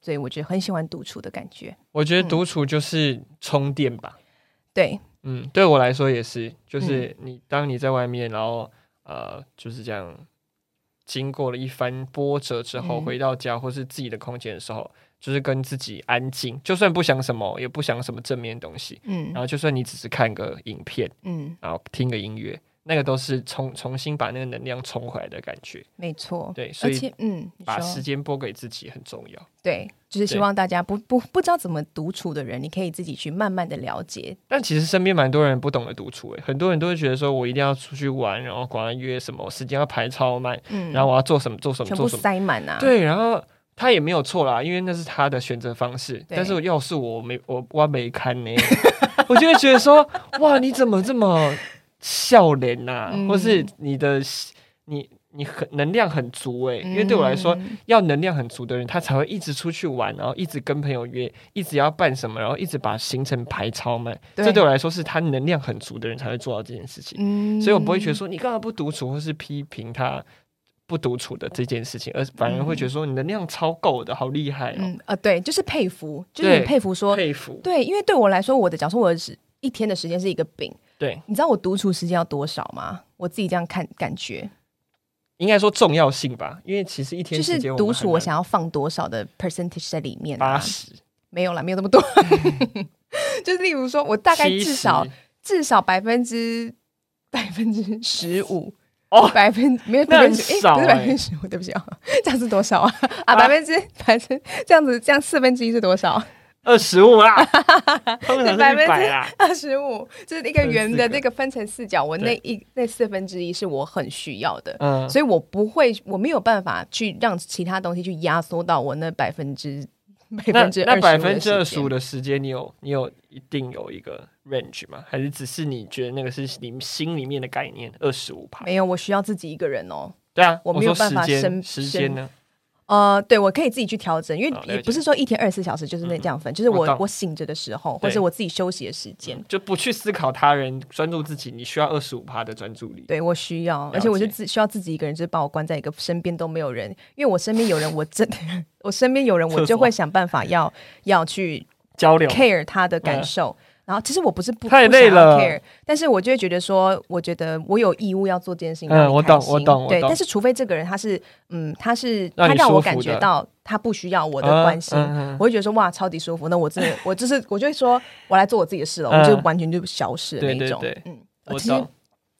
[SPEAKER 2] 所以我觉得很喜欢独处的感觉。
[SPEAKER 1] 我觉得独处就是充电吧。
[SPEAKER 2] 对，
[SPEAKER 1] 嗯，对我来说也是，
[SPEAKER 2] 嗯
[SPEAKER 1] 就是你当你在外面，然后呃，就是这样经过了一番波折之后，
[SPEAKER 2] 嗯
[SPEAKER 1] 回到家或是自己的空间的时候，就是跟自己安静，就算不想什么，也不想什么正面的东西，
[SPEAKER 2] 嗯
[SPEAKER 1] 然后就算你只是看个影片，
[SPEAKER 2] 嗯，
[SPEAKER 1] 然后听个音乐，那个都是重重新把那个能量冲回来的感觉。
[SPEAKER 2] 没错。
[SPEAKER 1] 对，所
[SPEAKER 2] 而
[SPEAKER 1] 以
[SPEAKER 2] 且嗯，你
[SPEAKER 1] 把
[SPEAKER 2] 说
[SPEAKER 1] 时间拨给自己很重要。
[SPEAKER 2] 对，就是希
[SPEAKER 1] 对
[SPEAKER 2] 望大家不不不知道怎么独处的人，你可以自己去慢慢的了解。
[SPEAKER 1] 但其实身边蛮多人不懂得独处、欸，很多人都会觉得说我一定要出去玩，然后管他约什么，时间要排超满，
[SPEAKER 2] 嗯，
[SPEAKER 1] 然后我要做什么做什么
[SPEAKER 2] 全
[SPEAKER 1] 做
[SPEAKER 2] 部
[SPEAKER 1] 什么。
[SPEAKER 2] 塞满啊。
[SPEAKER 1] 对，然后他也没有错啦，因为那是他的选择方式。
[SPEAKER 2] 对
[SPEAKER 1] 但是要是我没我我没看呢， 我就会觉得说，哇，你怎么这么笑脸呐？
[SPEAKER 2] 嗯
[SPEAKER 1] 或是你的你你很能量很足诶、因为对我来说，
[SPEAKER 2] 嗯
[SPEAKER 1] 要能量很足的人，他才会一直出去玩，然后一直跟朋友约，一直要办什么，然后一直把行程排超满。
[SPEAKER 2] 对
[SPEAKER 1] 这对我来说是他能量很足的人才会做到这件事情。
[SPEAKER 2] 嗯
[SPEAKER 1] 所以我不会觉得说你干嘛不独处，或是批评他不独处的这件事情，而反而会觉得说你能量超够的，好厉害哦，
[SPEAKER 2] 嗯呃，对，就是佩服，就是你
[SPEAKER 1] 对
[SPEAKER 2] 佩服说，
[SPEAKER 1] 佩服。
[SPEAKER 2] 对，因为对我来说，我的假如说我的时一天的时间是一个饼，
[SPEAKER 1] 对，
[SPEAKER 2] 你知道我独处时间要多少吗？我自己这样看感觉，
[SPEAKER 1] 应该说重要性吧，因为其实一天
[SPEAKER 2] 就
[SPEAKER 1] 时
[SPEAKER 2] 是
[SPEAKER 1] 间
[SPEAKER 2] 独处我想要放多少的 percentage 在里面、
[SPEAKER 1] 八
[SPEAKER 2] 啊？
[SPEAKER 1] 十，
[SPEAKER 2] 没有啦，没有那么多。 就是例如说，我大概至少
[SPEAKER 1] 70
[SPEAKER 2] 至少百分之百分之十五。
[SPEAKER 1] 哦
[SPEAKER 2] 百分没有
[SPEAKER 1] 那
[SPEAKER 2] 百
[SPEAKER 1] 很
[SPEAKER 2] 分之
[SPEAKER 1] 少
[SPEAKER 2] 不是
[SPEAKER 1] 欸
[SPEAKER 2] 百分之十五，对不起啊， 这样是多少啊？啊，
[SPEAKER 1] 啊
[SPEAKER 2] 百分之百分这样子，这样四分之一是 多少？
[SPEAKER 1] 二十五 啦，通常是一
[SPEAKER 2] 百分之
[SPEAKER 1] 百啦。
[SPEAKER 2] 二十五，就是一个圆
[SPEAKER 1] 分四
[SPEAKER 2] 的
[SPEAKER 1] 个
[SPEAKER 2] 这个分成四角，我那一那四分之一是我很需要的，
[SPEAKER 1] 嗯，
[SPEAKER 2] 所以我不会，我没有办法去让其他东西去压缩到我那百分之百
[SPEAKER 1] 那
[SPEAKER 2] 分之
[SPEAKER 1] 那百分之二十五
[SPEAKER 2] 的时间。
[SPEAKER 1] 的时间，你有你有一定有一个 range 吗？还是只是你觉得那个是你心里面的概念，二十五趴？
[SPEAKER 2] 没有，我需要自己一个人哦。
[SPEAKER 1] 对啊，
[SPEAKER 2] 我
[SPEAKER 1] 我
[SPEAKER 2] 没有
[SPEAKER 1] 说
[SPEAKER 2] 办
[SPEAKER 1] 时
[SPEAKER 2] 法
[SPEAKER 1] 间
[SPEAKER 2] 深
[SPEAKER 1] 时间呢？
[SPEAKER 2] 呃，对，我可以自己去调整，因为
[SPEAKER 1] 好了解嗯
[SPEAKER 2] 也不是说一天二十四小时就是那这样分，就是
[SPEAKER 1] 我
[SPEAKER 2] 我
[SPEAKER 1] 懂
[SPEAKER 2] 我醒着的时候，
[SPEAKER 1] 对嗯
[SPEAKER 2] 或者我自己休息的时间，
[SPEAKER 1] 就不去思考他人，专注自己，你需要二十五趴的专注力。
[SPEAKER 2] 对我需要，而且
[SPEAKER 1] 了
[SPEAKER 2] 我是
[SPEAKER 1] 解
[SPEAKER 2] 自需要自己一个人，就是把我关在一个身边都没有人，因为我身边有人，我真的 我身边有人，我
[SPEAKER 1] 厕
[SPEAKER 2] 就
[SPEAKER 1] 所
[SPEAKER 2] 会想办法要要去
[SPEAKER 1] 交流
[SPEAKER 2] care 他的感受。然后其实我不是不
[SPEAKER 1] 嗯太
[SPEAKER 2] 不想要
[SPEAKER 1] 累了
[SPEAKER 2] care，但是我就会觉得说，我觉得我有义务要做这件事情。
[SPEAKER 1] 嗯
[SPEAKER 2] 让你
[SPEAKER 1] 我
[SPEAKER 2] 开
[SPEAKER 1] 懂
[SPEAKER 2] 心
[SPEAKER 1] 我懂我
[SPEAKER 2] 对，
[SPEAKER 1] 懂
[SPEAKER 2] 但是除非这个人他是，嗯，他是
[SPEAKER 1] 让
[SPEAKER 2] 他
[SPEAKER 1] 你
[SPEAKER 2] 让我
[SPEAKER 1] 舒服
[SPEAKER 2] 感觉
[SPEAKER 1] 的
[SPEAKER 2] 到他不需要我
[SPEAKER 1] 我
[SPEAKER 2] 的关心，
[SPEAKER 1] 嗯嗯
[SPEAKER 2] 我会觉得说哇，超级舒服。那我真的，我就是我就会说，我来做我自己的事了，我就
[SPEAKER 1] 嗯
[SPEAKER 2] 完全就消失的那
[SPEAKER 1] 对
[SPEAKER 2] 一
[SPEAKER 1] 对
[SPEAKER 2] 种。
[SPEAKER 1] 对
[SPEAKER 2] 嗯，
[SPEAKER 1] 我
[SPEAKER 2] 其实
[SPEAKER 1] 懂。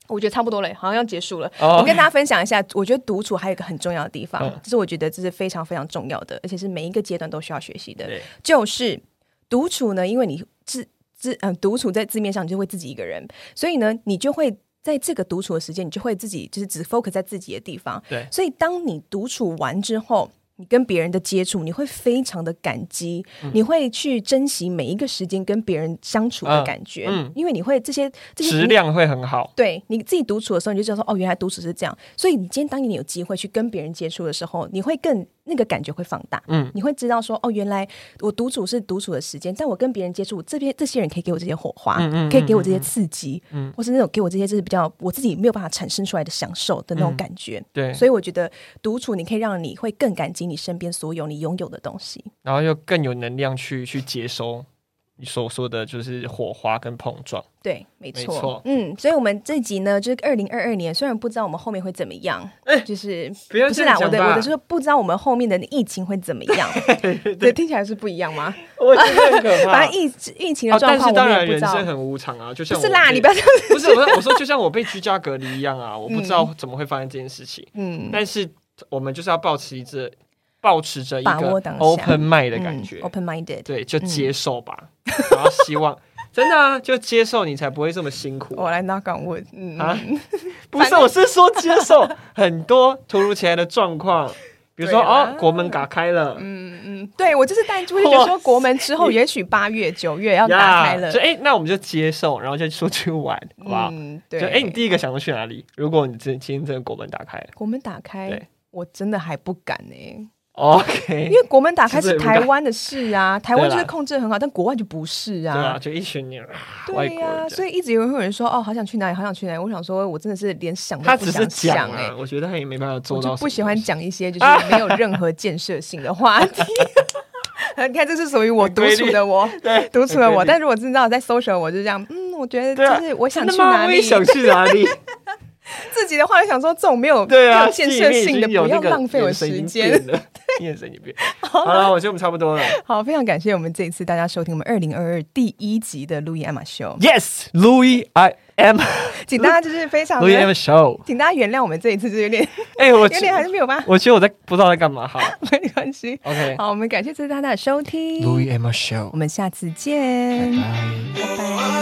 [SPEAKER 2] 我觉得差不多了，好像要结束了。
[SPEAKER 1] 哦
[SPEAKER 2] 我跟大家分享一下，我觉得独处还有一个很重要的地方，
[SPEAKER 1] 嗯
[SPEAKER 2] 这是我觉得这是非常非常重要的，而且是每一个阶段都需要学习的，
[SPEAKER 1] 对
[SPEAKER 2] 就是独处呢，因为你自自嗯独处在字面上你就会自己一个人，所以呢，你就会在这个独处的时间，你就会自己就是只 focus 在自己的地方。
[SPEAKER 1] 对
[SPEAKER 2] 所以当你独处完之后。你跟别人的接触，你会非常的感激，
[SPEAKER 1] 嗯
[SPEAKER 2] 你会去珍惜每一个时间跟别人相处的
[SPEAKER 1] 嗯
[SPEAKER 2] 感觉，
[SPEAKER 1] 嗯
[SPEAKER 2] 因为你会这些这些
[SPEAKER 1] 质量会很好。
[SPEAKER 2] 对你自己独处的时候，你就知道说，哦，原来独处是这样。所以你今天当你有机会去跟别人接触的时候，你会更那个感觉会放大。
[SPEAKER 1] 嗯，
[SPEAKER 2] 你会知道说，哦，原来我独处是独处的时间，但我跟别人接触，这边这些人可以给我这些火花，
[SPEAKER 1] 嗯嗯
[SPEAKER 2] 可以给我这些刺激，
[SPEAKER 1] 嗯嗯
[SPEAKER 2] 或是那种给我这些就是比较我自己没有办法产生出来的享受的那种感觉。
[SPEAKER 1] 对，
[SPEAKER 2] 所以我觉得独处，你可以让你会更感激你身边所有你拥有的东西。
[SPEAKER 1] 然后又更有能量去去接收你所说的就是火花跟碰撞。
[SPEAKER 2] 对，没错，
[SPEAKER 1] 没错
[SPEAKER 2] 嗯，所以我们这集呢，就是二零二二年，虽然不知道我们后面会怎么样，
[SPEAKER 1] 哎
[SPEAKER 2] 就是
[SPEAKER 1] 不要
[SPEAKER 2] 不是
[SPEAKER 1] 这
[SPEAKER 2] 啦
[SPEAKER 1] 样，
[SPEAKER 2] 我
[SPEAKER 1] 讲
[SPEAKER 2] 的
[SPEAKER 1] 吧
[SPEAKER 2] 我的是说不知道我们后面的疫情会怎么 样，对，听起来是不一样吗？
[SPEAKER 1] 我觉得很可
[SPEAKER 2] 反正疫疫情的
[SPEAKER 1] 哦，
[SPEAKER 2] 状
[SPEAKER 1] 但
[SPEAKER 2] 况
[SPEAKER 1] 是
[SPEAKER 2] 我
[SPEAKER 1] 当
[SPEAKER 2] 们也
[SPEAKER 1] 然
[SPEAKER 2] 不知
[SPEAKER 1] 人
[SPEAKER 2] 道，
[SPEAKER 1] 生很无常啊，就像
[SPEAKER 2] 不是
[SPEAKER 1] 我
[SPEAKER 2] 啦，
[SPEAKER 1] 被
[SPEAKER 2] 你不要这样，
[SPEAKER 1] 不是我说我说就像我被居家隔离一样啊，我不知道怎么会发生这件事情。
[SPEAKER 2] 嗯，
[SPEAKER 1] 但是我们就是要保持着保持着一
[SPEAKER 2] 把握
[SPEAKER 1] 个
[SPEAKER 2] 当下
[SPEAKER 1] open mind 的感觉，
[SPEAKER 2] o p e n minded。
[SPEAKER 1] 对，就接受吧，然后希 望真的啊，就接受你才不会这么辛苦
[SPEAKER 2] 我来 knock on wood，嗯，
[SPEAKER 1] 啊！不是，我是说接受很多突如其来的状况，比如说
[SPEAKER 2] 对啊嗯啦
[SPEAKER 1] 哦，国门打开了，
[SPEAKER 2] 对我就是带出去就说国门之后，也许八月、九月要打开了
[SPEAKER 1] 呀，就哎，那我们就接受，然后就出去玩，好不好？
[SPEAKER 2] 嗯，对，
[SPEAKER 1] 就哎，你第一个想要去哪里？如果你今今天这个国门打 开了
[SPEAKER 2] 国门打开
[SPEAKER 1] 对，
[SPEAKER 2] 我真的还不敢呢、
[SPEAKER 1] ，OK，
[SPEAKER 2] 因为国门打开
[SPEAKER 1] 其实
[SPEAKER 2] 是
[SPEAKER 1] 也不
[SPEAKER 2] 台
[SPEAKER 1] 敢
[SPEAKER 2] 湾的事啊，台湾就
[SPEAKER 1] 对
[SPEAKER 2] 是
[SPEAKER 1] 啦
[SPEAKER 2] 控制得很好，但国外就不是
[SPEAKER 1] 对啊，就一群人，外
[SPEAKER 2] 对
[SPEAKER 1] 国
[SPEAKER 2] 呀、
[SPEAKER 1] 人，
[SPEAKER 2] 所以一直有人会有人说哦，好想去哪里，好想去哪里。我想说，我真的是连想
[SPEAKER 1] 他
[SPEAKER 2] 都不
[SPEAKER 1] 只
[SPEAKER 2] 想
[SPEAKER 1] 是
[SPEAKER 2] 想
[SPEAKER 1] 讲
[SPEAKER 2] 哎、
[SPEAKER 1] 啊，我觉得他也没办法做
[SPEAKER 2] 我
[SPEAKER 1] 到什么。
[SPEAKER 2] 就不喜欢讲一些就是没有任何建设性的话题。 你看，这是属于我独处的我，
[SPEAKER 1] 哎对
[SPEAKER 2] 独处的
[SPEAKER 1] 很
[SPEAKER 2] 我。
[SPEAKER 1] 规律
[SPEAKER 2] 但如果真的在 social，我就这样，嗯，我觉得
[SPEAKER 1] 对啊
[SPEAKER 2] 就是我想
[SPEAKER 1] 真
[SPEAKER 2] 去
[SPEAKER 1] 的吗
[SPEAKER 2] 哪
[SPEAKER 1] 我
[SPEAKER 2] 里，
[SPEAKER 1] 也想去哪 里？
[SPEAKER 2] 自己的话就想说这种没有
[SPEAKER 1] 对啊，
[SPEAKER 2] 没有建设
[SPEAKER 1] 心里
[SPEAKER 2] 性的，
[SPEAKER 1] 面已经有
[SPEAKER 2] 不要
[SPEAKER 1] 那个
[SPEAKER 2] 浪费我
[SPEAKER 1] 眼神已
[SPEAKER 2] 时
[SPEAKER 1] 经
[SPEAKER 2] 间。
[SPEAKER 1] 变了。眼神一 变，好了，我觉得我们差不多了。
[SPEAKER 2] 好，非常感谢我们这一次大家收听我们二零二二第一集的路易艾 玛秀，
[SPEAKER 1] Yes，Louis I am
[SPEAKER 2] 请大家就是非常
[SPEAKER 1] Louis I am
[SPEAKER 2] 的，
[SPEAKER 1] show。
[SPEAKER 2] 请大家原谅我们这一次就是有点
[SPEAKER 1] 哎， 我
[SPEAKER 2] 有点还是没有办法，
[SPEAKER 1] 我觉得我在不知道在干嘛。好
[SPEAKER 2] 没关系。
[SPEAKER 1] ，OK，Louis
[SPEAKER 2] 好，我们感谢这次大家的收听，
[SPEAKER 1] I am show
[SPEAKER 2] 我。们下次见，
[SPEAKER 1] 拜。
[SPEAKER 2] 拜拜。